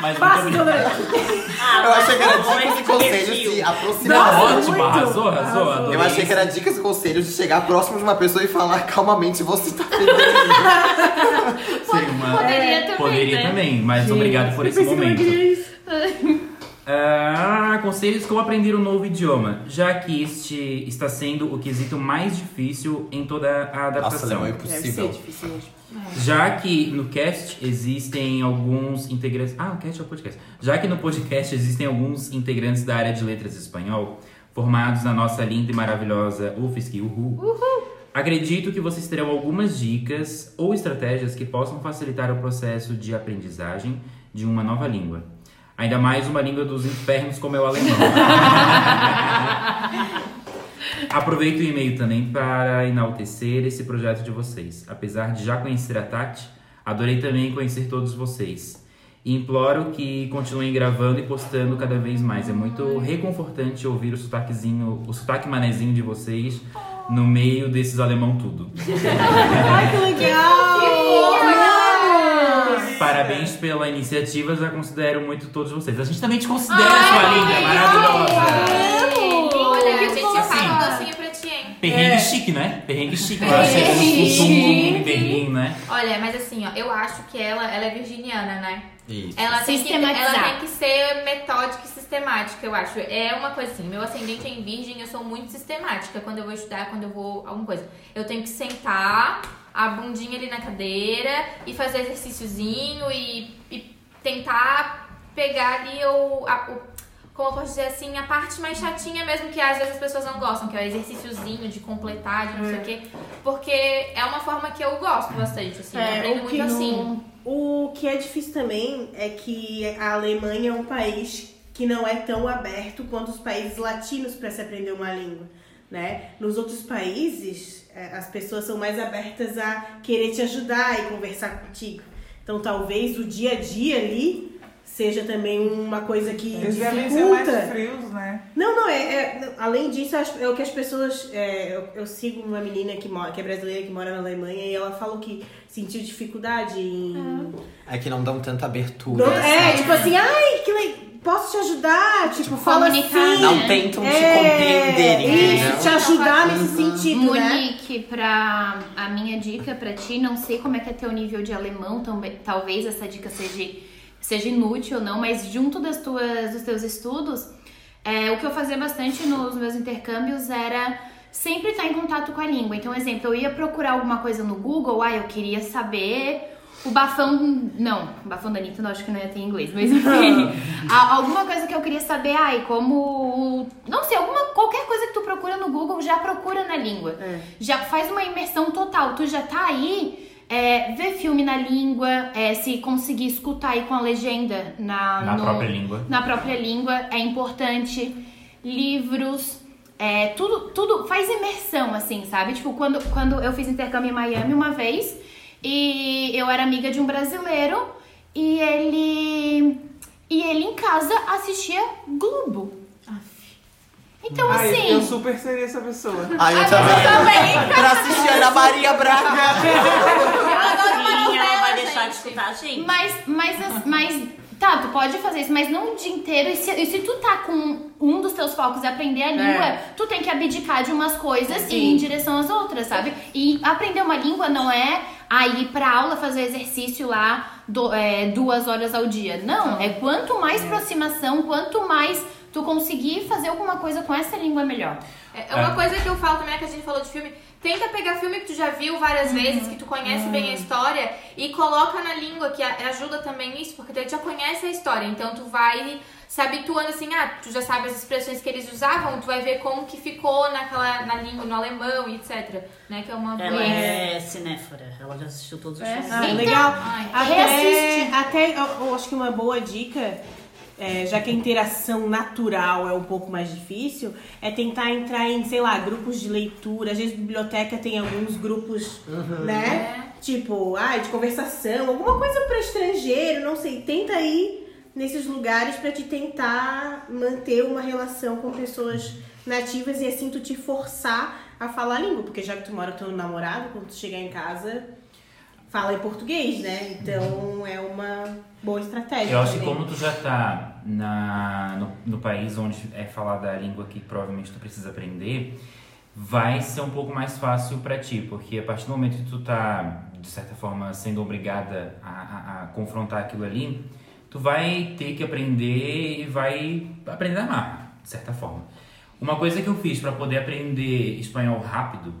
C: Mas muito
D: Passa
C: obrigado.
D: tolerante.
F: Ah,
E: Eu achei que era
F: mas
E: dicas e
F: que
E: conselhos
F: perfil.
E: de
C: Tá
E: aproximar.
D: Nossa,
C: ótimo,
D: muito.
C: arrasou, arrasou.
D: Arrasou.
C: adorei.
E: Eu achei que era dicas e conselhos de chegar próximo de uma pessoa e falar calmamente, você tá fedendo.
C: Sim, uma-
A: Poderia também,
C: Poderia
A: né?
C: também, mas obrigado por esse momento. Ah, conselhos como aprender um novo idioma, já que este está sendo o quesito mais difícil em toda a
E: Nossa,
C: adaptação.
E: não, é
D: Deve ser
E: impossível.
D: difícil mesmo.
C: Já que no cast existem alguns integrantes. Ah, o cast é o podcast. Já que no podcast existem alguns integrantes da área de letras e espanhol, formados na nossa linda e maravilhosa UFSC Uhu. Acredito que vocês terão algumas dicas ou estratégias que possam facilitar o processo de aprendizagem de uma nova língua. Ainda mais uma língua dos infernos como é o alemão. Aproveito o e-mail também para enaltecer esse projeto de vocês. Apesar de já conhecer a Tati, adorei também conhecer todos vocês. E imploro que continuem gravando e postando cada vez mais. É muito reconfortante ouvir o sotaquezinho, o sotaque manezinho de vocês no meio desses alemão tudo.
D: Ai, que legal!
C: Parabéns pela iniciativa, já considero muito todos vocês. A gente também te considera, sua linda, maravilhosa.
G: Olha, a gente
C: fofo.
G: faz um docinho pra ti, hein?
C: Perrengue chique, né? Perrengue chique. Ela chega no Sul, em Berlim, um né?
G: Olha, mas assim, ó, eu acho que ela, ela é virginiana, né?
E: Isso.
G: Ela tem, que,
A: Sistematizar.
G: ela tem que ser metódica e sistemática, eu acho. É uma coisa assim, meu ascendente é em virgem, eu sou muito sistemática quando eu vou estudar, quando eu vou alguma coisa. Eu tenho que sentar a bundinha ali na cadeira e fazer exercíciozinho e, e tentar pegar ali o, a- o- como eu posso dizer assim, a parte mais chatinha mesmo que às vezes as pessoas não gostam, que é o exercíciozinho de completar, de não
D: É.
G: sei o quê. Porque é uma forma que eu gosto bastante, assim, eu
D: É,
G: aprendo
D: o que
G: muito assim.
D: não- O que é difícil também é que a Alemanha é um país que não é tão aberto quanto os países latinos para se aprender uma língua, né? Nos outros países, é, as pessoas são mais abertas a querer te ajudar e conversar contigo. Então, talvez o dia a dia ali seja também uma coisa que
B: Eles devem ser é mais
D: dificulta.
B: frios, né?
D: Não, não, é, é- não, além disso, eu acho- é o que as pessoas. é, eu, eu sigo uma menina que, mora, que é brasileira, que mora na Alemanha, e ela falou que sentiu dificuldade em.
E: É que não dão tanta abertura.
D: Não- é,
E: sabe?
D: tipo assim, ai, que le... posso te ajudar? Tipo, fala
A: comunicar,
D: assim.
G: É.
E: Não né? tentam te compreender, entendeu?
D: Isso, te ajudar nesse sentido, né?
A: Monique, pra a minha dica pra ti, não sei como é que é teu nível de alemão, tambe- talvez essa dica seja, seja inútil ou não, mas junto das tuas, dos teus estudos, é, o que eu fazia bastante nos meus intercâmbios era sempre estar em contato com a língua. Então, exemplo, eu ia procurar alguma coisa no Google, ah, eu queria saber o bafão. Não, o bafão da Anitta eu acho que não ia ter em inglês, mas enfim. a- alguma coisa que eu queria saber, ai, como. Não sei, alguma. Qualquer coisa que tu procura no Google, já procura na língua. Já faz uma imersão total. Tu já tá aí. É, vê filme na língua, é, se conseguir escutar aí com a legenda na,
C: Na
A: no-
C: própria língua.
A: na própria língua é importante. Livros, é, tudo, tudo faz imersão, assim, sabe? Tipo, quando, quando eu fiz intercâmbio em Miami uma vez e eu era amiga de um brasileiro e ele. E ele em casa assistia Globo. Então,
B: Ai, eu
A: assim.
B: super seria essa pessoa.
E: Ai, eu também. pra assistir Ana Maria Braga.
F: Sim, ela vai
G: novela,
F: deixar de
G: gente.
F: escutar a gente.
A: Mas, mas, as- mas. Tá, tu pode fazer isso, mas não o dia inteiro. E se, e se tu tá com um dos teus focos é aprender a língua, tu tem que abdicar de umas coisas e ir em direção às outras, sabe? E aprender uma língua não é ah, ir pra aula fazer exercício lá do- é, duas horas ao dia. Não, é quanto mais aproximação, quanto mais tu conseguir fazer alguma coisa com essa língua, melhor.
G: É uma
C: É.
G: coisa que eu falo também, é que a gente falou de filme. Tenta pegar filme que tu já viu várias
A: Uhum.
G: vezes, que tu conhece bem a história, e coloca na língua, que a- ajuda também isso, porque tu já conhece a história. Então tu vai se habituando assim, ah, tu já sabe as expressões que eles usavam, tu vai ver como que ficou naquela, na língua, no alemão, e etc. Né? Que é uma
F: Ela
G: boa-
F: é cinéfora, ela já assistiu todos os filmes.
D: Ah,
A: Então,
D: legal.
G: ai,
D: Até,
A: reassiste.
D: até eu, eu acho que uma boa dica, é, já que a interação natural é um pouco mais difícil, é tentar entrar em, sei lá, grupos de leitura. Às vezes biblioteca tem alguns grupos,
A: É.
D: né? Tipo, ai, de conversação, alguma coisa para estrangeiro, não sei. Tenta ir nesses lugares para te tentar manter uma relação com pessoas nativas e assim tu te forçar a falar a língua, porque já que tu mora com teu namorado, quando tu chegar em casa, fala em português, né? Então é uma boa estratégia.
C: Eu acho que
D: também.
C: como tu já tá na, no, no país onde é falada a língua que provavelmente tu precisa aprender, vai ser um pouco mais fácil pra ti, porque a partir do momento que tu tá, de certa forma, sendo obrigada a, a- a confrontar aquilo ali, tu vai ter que aprender e vai aprender a amar, de certa forma. Uma coisa que eu fiz pra poder aprender espanhol rápido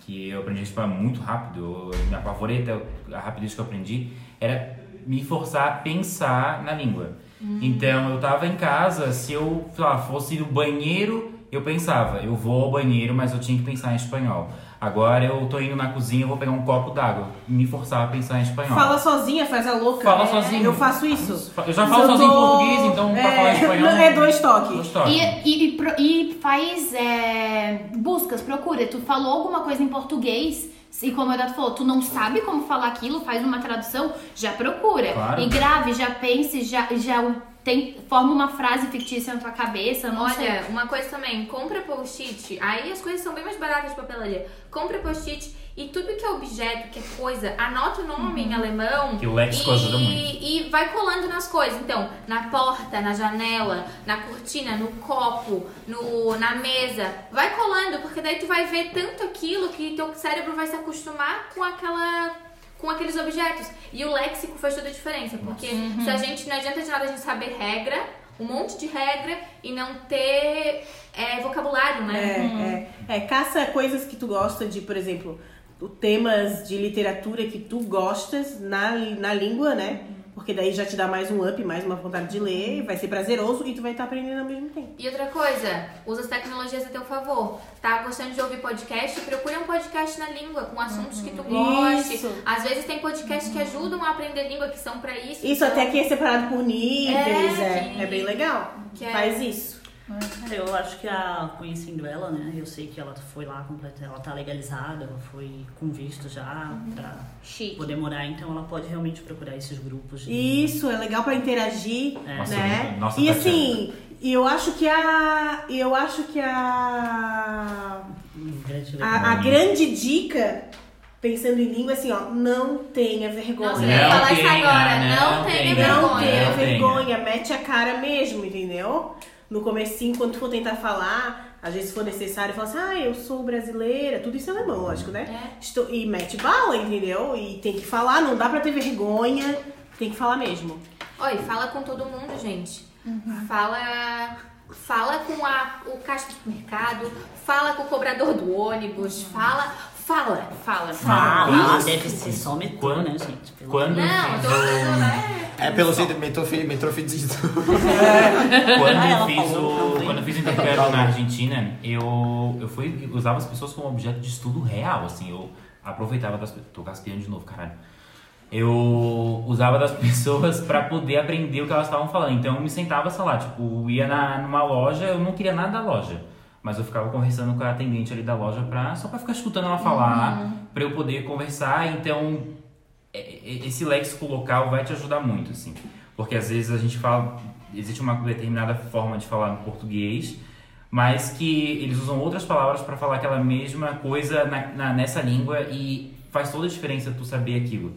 C: que eu aprendi espanhol muito rápido, eu- minha favorita, a rapidez que eu aprendi, era me forçar a pensar na língua.
D: Uhum.
C: Então eu tava em casa, se eu sei lá, fosse no banheiro, eu pensava, eu vou ao banheiro, mas eu tinha que pensar em espanhol. Agora eu tô indo na cozinha, eu vou pegar um copo d'água, me forçar a pensar em espanhol.
D: Fala sozinha, faz a louca.
C: Fala
D: É,
C: sozinho.
D: Eu faço isso.
C: Eu já falo sozinho em português, então pra falar espanhol.
D: É dois toques.
C: Dois toques.
A: E, e- e pro- e faz é, buscas, procura. Tu falou alguma coisa em português, E como o Eduardo falou, tu não sabe como falar aquilo, faz uma tradução, já procura.
C: Claro.
A: E grave, já pense, já, já tem, forma uma frase fictícia na tua cabeça, não é? sei.
G: Olha, uma coisa também, compra post-it. Aí as coisas são bem mais baratas de papelaria. Compra post-it e tudo que é objeto, que é coisa, anota o nome
A: Uhum.
G: em alemão.
C: Que o léxico
G: e,
C: ajuda muito.
G: E vai colando nas coisas. Então, na porta, na janela, na cortina, no copo, no, na mesa. Vai colando, porque daí tu vai ver tanto aquilo que teu cérebro vai se acostumar com aquela. Com aqueles objetos. E o léxico faz toda a diferença. Porque se a gente não adianta de nada a gente saber regra, um monte de regra e não ter é, vocabulário, né?
D: É, é, é, caça coisas que tu gosta de, por exemplo, o- temas de literatura que tu gostas na, na língua, né? Porque daí já te dá mais um up, mais uma vontade de ler, vai ser prazeroso e tu vai estar aprendendo ao mesmo tempo.
G: E outra coisa, usa as tecnologias a teu favor. Tá gostando de ouvir podcast? Procura um podcast na língua, com assuntos que tu goste.
D: Isso.
G: Às vezes tem podcasts que ajudam a aprender língua, que são pra isso.
D: Isso
G: então-
D: até que é separado por níveis,
G: É,
D: é,
G: que-
D: é, bem legal.
G: que é-
D: Faz isso.
F: Cara, eu acho que a, conhecendo ela, né? Eu sei que ela foi lá, completa- ela tá legalizada, ela foi com visto já pra
A: Chique.
F: poder morar, então ela pode realmente procurar esses grupos. de-
D: Isso, é legal pra interagir,
C: Nossa,
D: né?
C: nossa, tá
D: e
C: Tatiana.
D: assim, e eu acho que a. Eu acho que a.
F: Hum, grande
D: A, a
C: Hum.
D: grande dica, pensando em língua, é assim, ó, não tenha vergonha.
G: Não sei nem falar isso
C: tenha,
G: agora.
C: né?
G: Não
C: Não
G: tenha
C: tenha.
G: vergonha.
D: Não tenha
C: Não tenha.
D: vergonha, mete a cara mesmo, entendeu? No comecinho, quando tu for tentar falar, às vezes se for necessário, fala assim, ah, eu sou brasileira, tudo isso é
C: Uhum.
D: alemão, lógico, né? Estou- E mete bala, entendeu? E tem que falar, não dá pra ter vergonha, tem que falar mesmo.
G: Oi, fala com todo mundo, gente. Fala. Fala com a, o caixa do mercado, fala com o cobrador do ônibus, fala, fala, fala,
F: Ah,
G: fala.
F: lá
C: Isso.
F: deve ser só metrô,
C: Quando-
F: né, gente? Pelo
C: Quando,
G: Não, eu tô falando, né?
E: É pelo jeito metrofidito.
C: quando
F: Ah,
C: eu
F: ela
C: fiz
F: falou,
C: o
F: não,
C: quando eu fiz o intercâmbio na Argentina, eu eu fui usava as pessoas como objeto de estudo real, assim, eu aproveitava das pessoas, tô caspeando de novo, caralho. Eu usava das [laughs] pessoas pra poder aprender o que elas estavam falando. Então eu me sentava, sei lá, tipo, ia na, numa loja, eu não queria nada da loja. Mas eu ficava conversando com a atendente ali da loja pra, só pra ficar escutando ela falar,
F: Uhum.
C: pra eu poder conversar. Então é, é, esse léxico local vai te ajudar muito, assim. Porque às vezes a gente fala, existe uma determinada forma de falar no português, mas que eles usam outras palavras para falar aquela mesma coisa na, na- nessa língua e faz toda a diferença tu saber aquilo.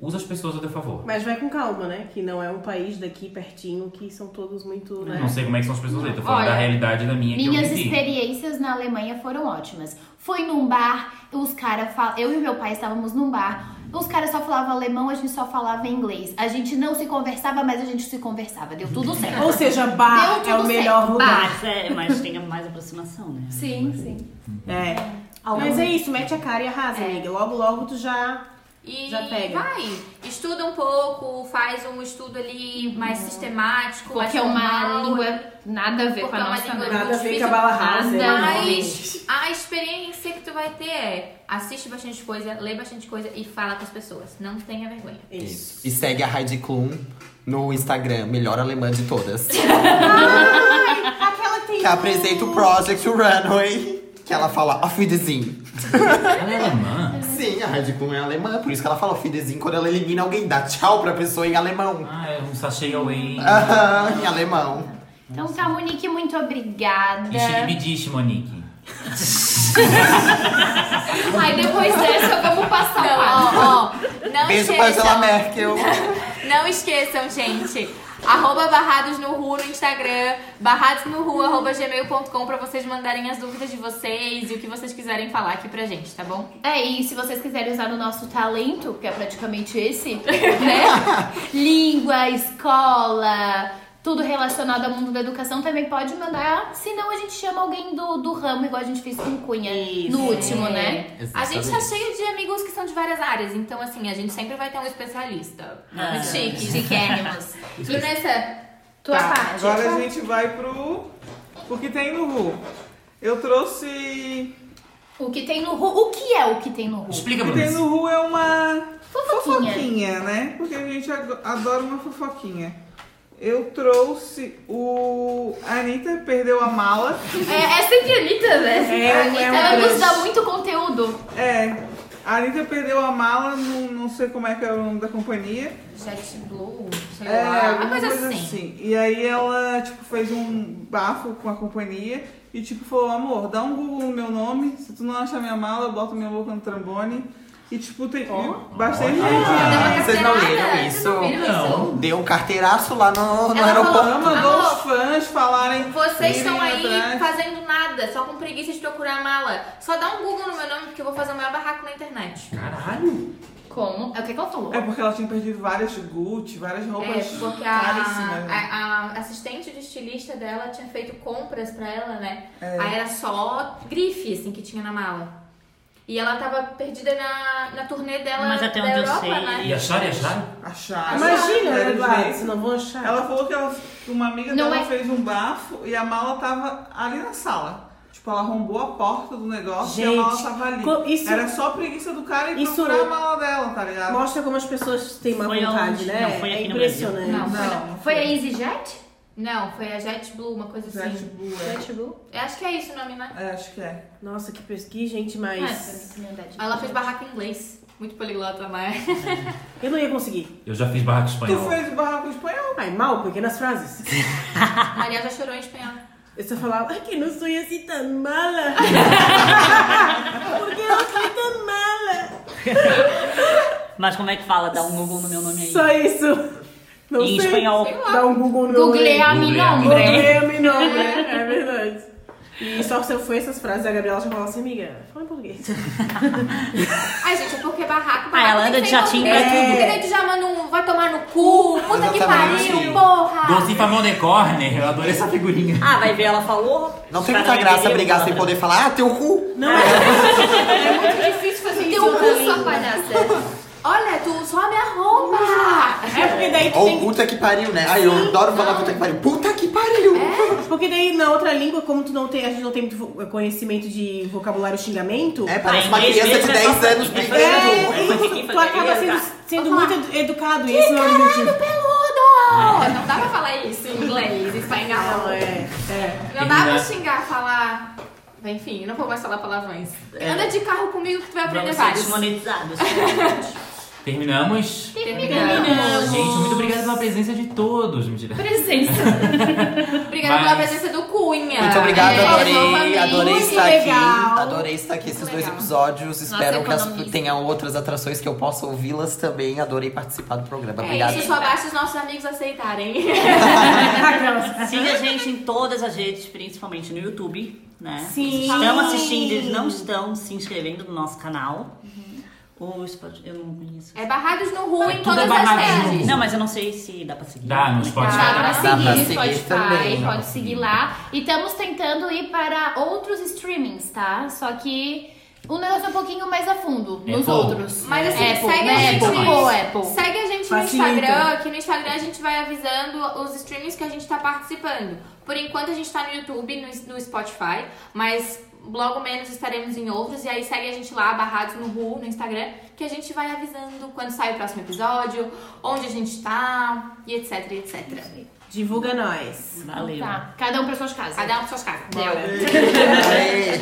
C: Usa as pessoas a teu favor.
D: Mas vai com calma, né? Que não é um país daqui pertinho, que são todos muito, né?
C: Não sei como é que são as pessoas aí, tô falando
A: Olha,
C: da realidade da minha que
A: Minhas
C: eu vivi.
A: experiências na Alemanha foram ótimas. Fui num bar, os caras falam. Eu e meu pai estávamos num bar. Os caras só falavam alemão, a gente só falava inglês. A gente não se conversava, mas a gente se conversava. Deu tudo certo.
D: Ou seja, bar
A: Deu
D: é o
A: tudo
D: melhor
A: certo,
D: lugar.
F: Mas, é, mas tenha mais aproximação, né?
A: Sim, sim.
D: É. Mas é isso, mete a cara e arrasa, amiga. Logo, logo tu já.
G: E
D: Já pega.
G: vai, estuda um pouco, faz um estudo ali mais sistemático. mais
A: Uhum. Porque é uma
G: formal,
A: língua nada a ver com
G: Porque é
A: a
G: uma
A: nossa.
G: língua
A: né?
D: Nada a ver
G: difícil.
D: com a bala rasa.
A: Nada.
G: Mas a experiência que tu vai ter é assiste bastante coisa, lê bastante coisa e fala com as pessoas. Não tenha vergonha.
D: Isso.
E: [laughs] E segue a Heidi Klum no Instagram, melhor alemã de todas.
D: Aquela tem. um
E: que apresenta o Project Runway. Que ela fala Auf Wiedersehen.
C: Ela é alemã?
E: Sim, a Heidi Klum é alemã, por isso que ela fala Auf Wiedersehen quando ela elimina alguém, dá tchau pra pessoa em alemão.
C: Ah, é um sachê away.
A: Ah.
E: Aham, em alemão.
A: Então tá, Monique, muito obrigada.
C: Enche- Me diz, Monique.
A: Aí depois dessa vamos passar o
G: Ó,
A: passo.
G: ó, não
E: Beijo, Angela
G: esqueçam.
E: Merkel.
G: Não esqueçam, gente. Arroba barrados no Ru no Instagram, barrados no Ru, arroba gmail.com pra vocês mandarem as dúvidas de vocês e o que vocês quiserem falar aqui pra gente, tá bom?
A: É, e se vocês quiserem usar o nosso talento, que é praticamente
B: [laughs]
A: esse, né? Língua, escola, tudo relacionado ao mundo da educação, também pode mandar. Senão a gente chama alguém do, do ramo, igual a gente fez com Cunha no último, né?
G: A gente tá
E: Exatamente.
G: cheio de amigos que são de várias áreas, então assim, a gente sempre vai ter um especialista.
F: Ah.
G: Chique.
A: Chique,
B: [laughs]
A: chiquérrimos.
G: E nessa,
A: Tua
B: Tá,
A: parte.
B: Agora a gente vai pro. O que tem no Ru. Eu trouxe.
A: O que tem no Ru? O que é o que tem no Ru?
C: Explica
B: O que
C: pra
B: tem
C: mim.
B: no Ru é uma.
A: Fofoquinha.
B: Fofoquinha, né? Porque a gente ag- adora uma fofoquinha. Eu trouxe o. A Anitta perdeu a mala.
A: É, é sempre Anitta, né?
B: É,
A: Anitta,
B: é um
A: ela nos
B: crush.
A: dá muito conteúdo.
B: É. A Anitta perdeu a mala, não, não sei como é que era o nome da companhia.
G: Jet Blue, sei
B: É,
G: lá. Uma
B: alguma
G: coisa, assim.
B: E aí ela, tipo, fez um bafo com a companhia e, tipo, falou, amor, dá um Google no meu nome, se tu não achar minha mala, eu boto minha boca no trambone. E, tipo, tem bastante
G: Deu
B: gente...
G: uma
E: Vocês não
G: carteirada?
E: leram
G: Vocês não
E: isso?
G: viram
C: Não.
E: Deu um carteiraço lá no, no
G: Ela
E: aeroporto.
G: falou,
B: Ela mandou
G: Amor.
B: os fãs falarem...
G: Vocês estão
B: irem
G: aí
B: atrás.
G: fazendo nada, só com preguiça de procurar mala. Só dá um Google no meu nome, porque eu vou fazer o maior barraco na internet.
C: Caralho!
A: Como? É o que, que ela falou?
B: É porque ela tinha perdido várias Gucci, várias roupas
G: É, porque a,
B: caríssimas. né?
G: a- a assistente de estilista dela tinha feito compras pra ela, né?
B: É.
G: Aí era só grife, assim, que tinha na mala. E ela tava perdida na, na turnê dela
F: Mas até
G: da
F: onde eu
G: Europa,
F: sei,
G: né?
C: E acharam e acharam?
B: Acharam.
D: Imagina, né,
B: Deram
D: Eduardo?
B: jeito.
D: Se não vou achar.
B: Ela falou que ela- que uma amiga
A: Não
B: dela
A: é-
B: fez um bafo e a mala tava ali na sala. Tipo, ela arrombou a porta do negócio e
D: Gente,
B: a mala tava ali.
D: co- isso-
B: Era só a preguiça do cara e
D: Isso- é-
B: procurar a mala dela, tá ligado?
D: Mostra como as pessoas têm má
F: Foi
D: vontade,
F: aonde?
D: né?
F: Não, foi
D: é
F: aqui no Brasil.
D: impressionante.
G: Não, foi na-
B: não
A: Foi a EasyJet?
G: Não, foi a JetBlue, uma coisa assim.
B: JetBlue, é.
G: JetBlue? Eu acho que é isso o nome, né?
B: É, acho que é.
D: Nossa, que pesquisa, gente, mas.
A: Ah, verdade.
G: Ela fez barraco em inglês. Muito poliglota, né? [laughs]
D: Eu não ia conseguir.
C: Eu já fiz barraco
B: Tu
C: espanhol.
B: fez barraco espanhol?
D: Ai, mal, pequenas frases.
G: A Maria já chorou em espanhol.
D: Eu só falava, ai, que não sou assim tão
F: [laughs]
D: mala. Porque eu não sou tão mala.
F: Mas como é que fala? Dá um Google no meu nome aí.
D: Só isso. Não
F: em
D: sei.
F: espanhol. é
D: Dá um Google no meu nome.
A: Googlear mi
C: Googlear.
A: nombre.
D: Googleia meu nome, é verdade. E só se eu for essas frases, a Gabriela já falava assim, amiga, fala em português.
G: Ai, gente, é porque barraco, barraco
F: Ah, ela
G: tem
F: anda
G: que
F: de
G: ter
F: jatinho
G: português.
D: pra tudo.
G: Porque daí tu já manda um vai tomar no cu, puta que
E: Exatamente.
G: pariu, porra.
C: Docinho pra mão de corner, eu adorei essa figurinha.
F: Ah, vai ver, ela falou.
E: Não tem
F: Pra
E: muita
F: não
E: graça
F: entender
E: brigar
F: outra.
E: sem poder falar, ah, teu cu!
D: Não é. É muito difícil fazer
G: Tem
D: isso.
G: um cu
D: pra
G: só,
D: mim.
G: palhaça. Olha, tu sobe a roupa.
D: É porque daí tu
E: Ou
D: tem
E: puta que pariu, né? Ai, eu adoro falar puta que pariu. Puta que pariu!
D: Porque daí na outra língua, como tu não tem, a gente não tem muito vo- eh, conhecimento de vocabulário xingamento,
E: É,
D: é,
E: parece
F: Ah,
E: uma
F: inglês
E: criança de
F: mesmo é
E: 10 anos
F: só- é só-
E: brigando.
F: é só-
D: tu acaba sendo, sendo muito edu- educado e esse não é o objetivo.
G: Peludo! Não dá pra falar isso em inglês, em
D: Não,
G: espanhol.
D: é, [laughs] é.
G: Não dá
E: Uhum.
G: pra xingar, falar. Enfim, não vou mais falar palavrões.
F: É.
G: Anda de carro comigo que tu vai aprender
F: Vamos ser
G: vários.
F: desmonetizados. né?
C: Terminamos?
G: Terminamos.
C: Gente, muito obrigada pela presença de todos. Mentira.
A: Presença.
G: Obrigada
C: Mas-
G: pela presença do Cunha.
E: Muito obrigada,
G: É,
E: adorei,
G: novamente.
E: adorei
D: Muito
E: estar
D: legal.
E: aqui. Adorei estar aqui esses
G: Muito
E: dois
G: legal.
E: episódios. Espero que as,
A: economista.
E: tenham outras atrações que eu possa ouvi-las também. Adorei participar do programa.
G: É
E: Obrigada.
G: isso, só basta os nossos amigos aceitarem.
F: Siga a gente em todas as redes, principalmente no YouTube, né?
D: Sim.
F: Vocês Estão assistindo, eles não estão se inscrevendo no nosso canal. Ou Spotify, eu não conheço.
G: É barrados no Ru em
C: Tudo
G: todas
C: é
G: as
C: barrados no Ru.
G: redes.
F: Não, mas eu não sei se dá pra seguir.
C: Ah, Dá no
A: Dá
C: Spotify.
A: pra
E: Dá pra
A: seguir,
E: seguir
A: Spotify,
C: dá
E: também,
C: pra
A: pode seguir
C: seguir.
A: lá. E estamos tentando ir para outros streamings, tá? Só que o negócio é um pouquinho mais a fundo, nos
C: Apple.
A: outros.
G: Mas assim,
A: Apple,
G: segue, a
A: né?
G: gente,
A: Apple, Apple, Apple.
G: segue a gente
D: Facilita.
G: no Instagram, que no Instagram a gente vai avisando os streamings que a gente tá participando. Por enquanto a gente tá no YouTube, no, no Spotify, mas logo menos estaremos em outros. E aí segue a gente lá, barrados no Ru, no Instagram, que a gente vai avisando quando sai o próximo episódio, onde a gente tá, e etc, etc.
D: Divulga nós.
F: Valeu.
A: Tá. Cada um para suas casas.
G: Cada um pra suas casas. Deu.
E: Adorei.